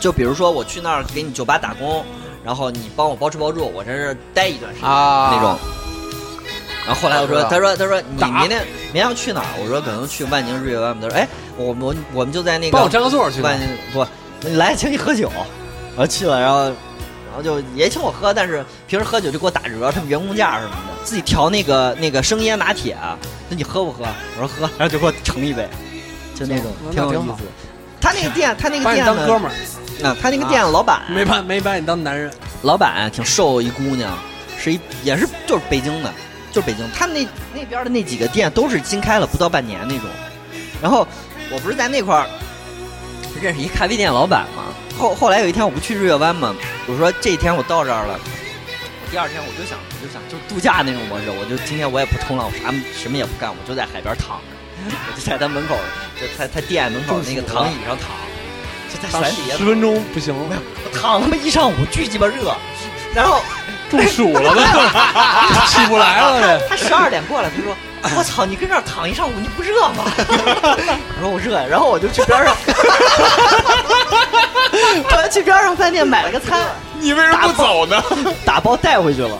就比如说我去那儿给你酒吧打工，然后你帮我包吃包住，我在这儿待一段时间、啊那种。然后后来我说，我知道他说他说你明天明天要去哪儿？我说可能去万宁日月湾吧。他说哎，我们我们就在那个帮我占个座儿去吧万。宁不，你来请你喝酒，然后去了，然后然后就也请我喝，但是平时喝酒就给我打折，他们员工价什么的，自己调那个 那个生椰拿铁啊，那你喝不喝？我说喝，然后就给我盛一杯，就那种那挺有挺意好思。他那个店，他那个把你店当哥呢？们儿，啊，他那个店老板，没把没把你当男人。老板挺瘦一姑娘，是一也是就是北京的，就是北京。他们那那边的那几个店都是新开了不到半年那种。然后我不是在那块儿认识一咖啡店老板嘛，后后来有一天我不去日月湾嘛，我说这一天我到这儿了，我第二天我就想我就想就是度假那种模式，我就今天我也不冲浪，我啥什么也不干，我就在海边躺着，我就在他门口，就他他店门口那个躺椅上躺，就在伞底下十分钟不行了，我躺他妈一上午，巨鸡巴热。然后 中暑了都 起不来 了他十二点过来，他说：“我操，你跟这儿躺一上午，你不热吗？” 我说：“我热呀。”然后我就去边上，我要去边上饭店买了个餐，你为什么不走呢？打包带回去了。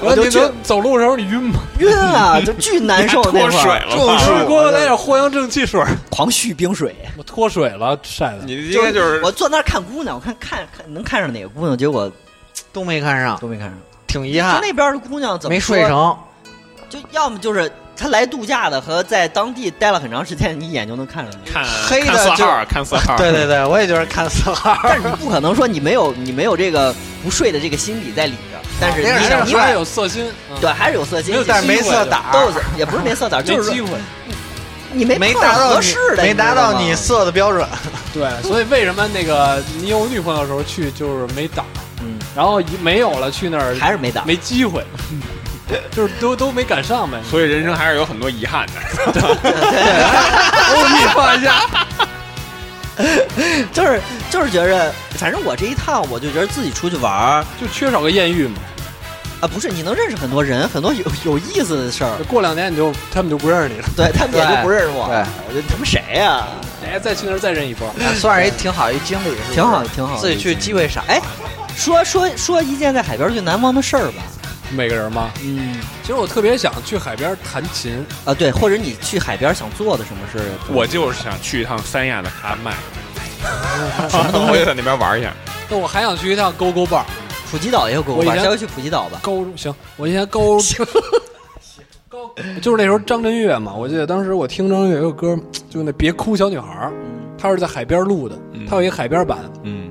这。我我就说你去能走路的时候你晕吗？晕啊，就巨难受那 脱会水儿，了吧？是给我来点藿香正气水。狂续冰水。我脱水了，晒的。 你应该就是我坐那儿看姑娘，我看看看能看上哪个姑娘，结果都没看上，都没看上。挺遗就憾，那边的姑娘怎啊么没说啊睡成。就要么就是他来度假的和在当地待了很长时间，你一眼就能看出来。看黑的看色就号，看色号。对对对，我也就是看四号。 但是你不可能说你没有你没有这个不睡的这个心理在里边儿，但是那你是想让你帅还有色心，嗯对还是有色心没有，但但是是没没色色胆胆都是也不是没色胆，没就是机说会。你 没没碰达上到合你适的，没你知达到道吗你色的标 准，对，所以为什么那个你有女朋友的时候去就是没胆儿，嗯然后一没有了去那儿还是没胆。没机 会，就是都都没赶上呗。 所以人生还是有很多遗憾的。哎 我给你放一下， 就是就是觉着，反正我这一趟我就觉得自己出去玩儿就缺少个艳遇嘛。啊，不是你能认识很多人，很多有有意思的事儿就，过两年你就他们就不认识你了，对他们也对就不认识我，对我就他们谁呀？哎，再去那儿再认一波。算是一挺好一经历，是不是挺好挺好自己去机会少。哎，说说说一件在海边最难忘的事儿吧，每个人吗？嗯其实我特别想去海边弹琴，啊对，或者你去海边想做的什么事儿？我就是想去一趟三亚的卡 麦，我就在那边玩一下。但我还想去一趟勾勾伴儿。普吉岛也有狗我以吧？前嗯下回去普吉岛吧。高中行，我以 前高高 就是那时候张震岳嘛，我记得当时我听张震岳有个歌，就那《别哭小女孩》，儿嗯》，他是在海边录的，他有一个海边版。嗯，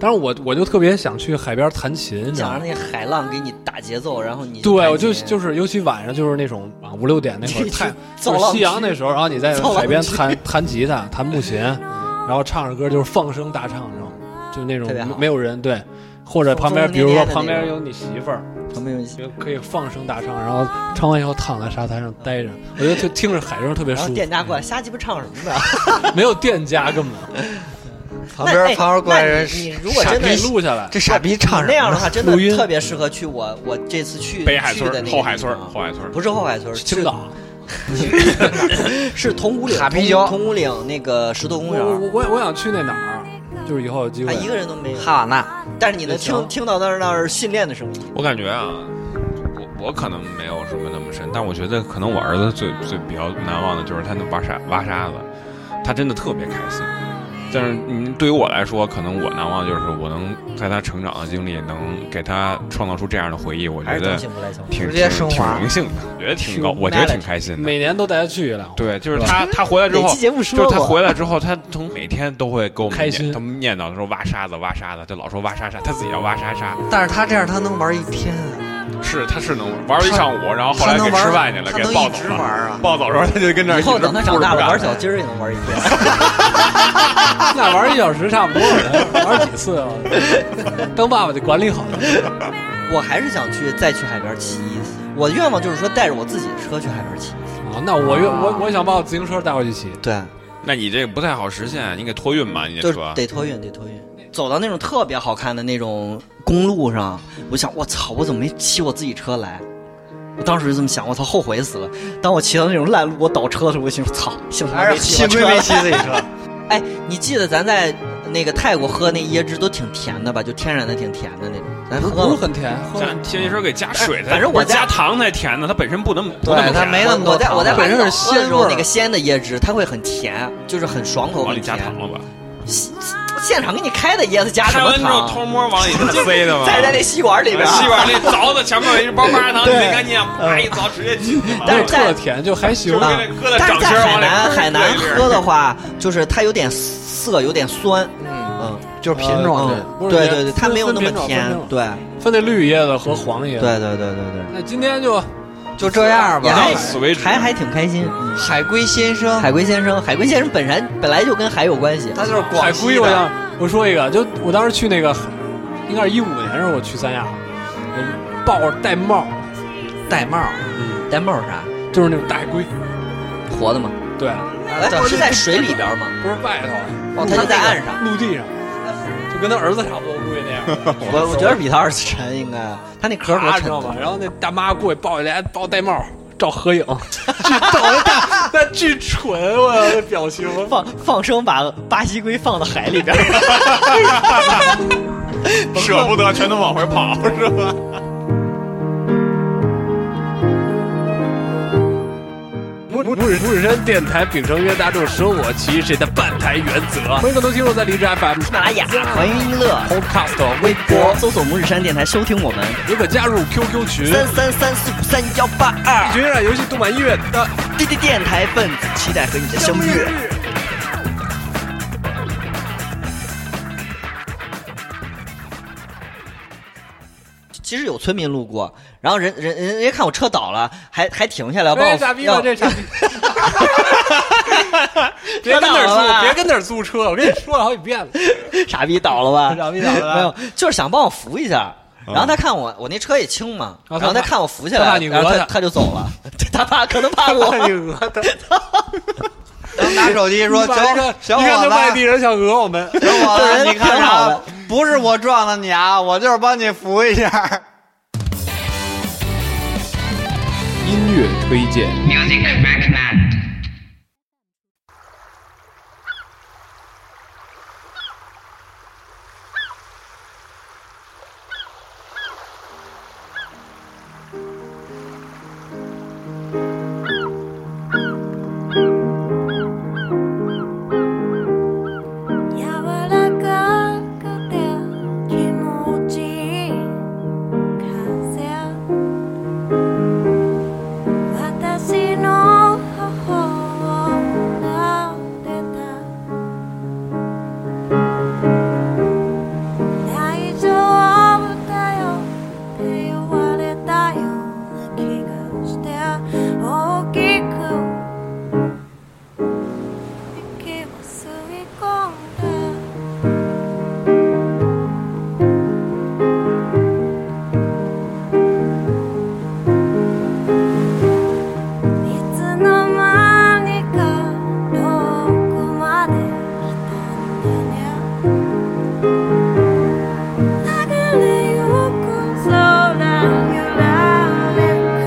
当时我我就特别想去海边弹琴，你知想道吗让？那个海浪给你打节奏，然后你对，弹我就琴就是，尤其晚上就是那种啊五六点那会你儿，去太造就是浪夕阳那时候，然后你在造浪海边去弹弹吉他、弹木琴，然后唱着歌，就是放声大唱，然后就那种特别好没有人对，或者放旁边松比如捏说捏的旁那边种有你媳妇儿，旁边有一些，就可以放声大唱，然后唱完以后躺在沙滩上待着，我觉得就听着海声特别然舒后服。店家嗯过来瞎鸡巴唱什么呢？没有店家根本，旁边旁边过来人那，你你如果 傻真的逼录下来，这傻逼唱什么呢那样的话，真的录音特别适合去我我这次去北海去的村、那个后海村地、方啊后海村，不是后海村，青是岛。是铜鼓岭塔皮铜礁铜鼓岭那个石头公我我园。我我想去那哪儿，就是以后有机啊，会。一个人都没有，哈瓦那但是你能也行听听到那儿那儿训练的声音。我感觉啊，我我可能没有什么那么深，但我觉得可能我儿子最最比较难忘的就是他那挖沙挖沙子，他真的特别开心。但是，嗯，对于我来说，可能我难忘的就是我能在他成长的经历，能给他创造出这样的回忆，我还觉是当得幸福来幸福。挺直接挺升挺华荣幸的，我觉得挺高，我觉得挺开心的。每年都带他去一趟。对，就是他，他回来之哪后期，节目就是说他过？回来之后，他从每天都会给我们开念心他们念叨的时候挖沙子，挖沙子，就老说挖沙沙，他自己要挖沙沙。但是他这样他能玩一天，是，他是能玩儿一上午，哦然后后来他给能玩吃饭去了，他给能抱一走直玩了。啊。 抱走的时候，他 就跟那儿以后一直等他长大扑着不了干玩小鸡儿也能玩一遍。那 玩一小时差不多了，玩几次啊？当爸爸得管理好。我还是想去再去海边骑一次。我的愿望就是说，带着我自己的车去海边骑一次。啊，那我愿我我想把我自行车带回去骑，对，那你这个不太好实现，你给托运吧，你就这是车。得托运，得托运。走到那种特别好看的那种公路上，我想，我操，我怎么没骑我自己车来？我当时就这么想，我操，后悔死了。当我骑到那种烂路，我倒车的时候，我心说，操，幸亏没骑我车来。自己车。哎，你记得咱在那个泰国喝那椰汁都挺甜的吧？就天然的，挺甜的那种。咱喝不了。是很甜，喝咱天津说给加水才，嗯哎反正我不是加在糖才甜呢，它本身不那么不对那么它甜没那么我多在糖我在本身是喝的时候，鲜味儿那个鲜的椰汁，它会很甜，就是很爽口，往里很加甜。糖了吧？现场给你开的椰子加什开么完之后偷糖？摸往里塞的嘛。在在那吸管里边儿，吸管那凿的前面有一包麻糖，你没看见？啪一凿直接进去了。但是特甜，就还行就。是啊给那 搁在但掌是心在儿往里海南搁海南一粒儿喝的话，就是它有点涩，有点酸，嗯，嗯就是品种的。嗯，不是对也对对，它分没有那么分品种甜分，品种对分那绿叶子和黄叶对子。对对对对。那今天就就这样吧。也还到此为止还还挺开心。嗯海龟先生，海龟先生，海龟先生本来本来就跟海有关系，他就是海广龟，西我的。想我说一个，就我当时去那个，应该是一五年时候我去三亚，我抱着戴帽，戴帽，嗯，戴帽是啥？就是那种大海龟，活的吗？对，哎，不是在水里边 吗？不是外头，啊哦，他就在岸上。陆 地上，就跟他儿子差不多，估计那样。我我觉得比他二次沉应该，他那壳儿 多啊，沉知道吗？呢。然后那大妈过去抱起来，抱戴帽，照合影，巨逗，那大那巨蠢，我那表情。放放生把巴西龟放到海里边儿。舍不得全都往回跑，是吧？拇拇指拇指山电台秉承约大众舍我其谁的半台原则，欢迎更多听众在荔枝 FM、喜喜马拉雅、环云音乐、 Podcast、微微博搜索“拇指山电台”收听我们。也可加入 QQ 群，三三三四五三幺八二，群让啊游戏动漫音乐的滴滴电台分子期待和你的相遇。其实有村民路过，然后人人人人家看我车倒了，还还停下来要帮哎，我傻逼吧，要这傻逼！别跟那知道了儿租，吧别跟那儿租车，我跟你说了好几遍 了。 傻逼倒了吧？ 傻逼倒了吧 没有，就是想帮我扶一下。然后他看我，我那车也轻嘛，啊他然后他看我扶下他来怕你了，然后讹他他他就走了。 对他怕，可能怕我。你讹他，拿手机 说：“你把这小小个你看这伙外子地，人想讹我们，小伙这子，人你看挺好啥的？不是我撞的你啊，我就是帮你扶一下。音乐推荐。 Music I recommend. 「やわらかくて気持ちいい風」「私の頬を撫でた」「大丈夫だよ」って言われたような気がして大きく息を吸い込んで「いつの間にか遠くまで来たんだね」「流れゆく空揺られく」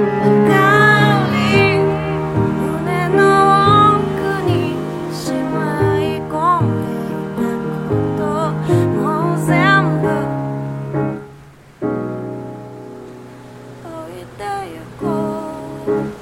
「光胸の奥にしまい込んでいたこともう全部置いてゆこう」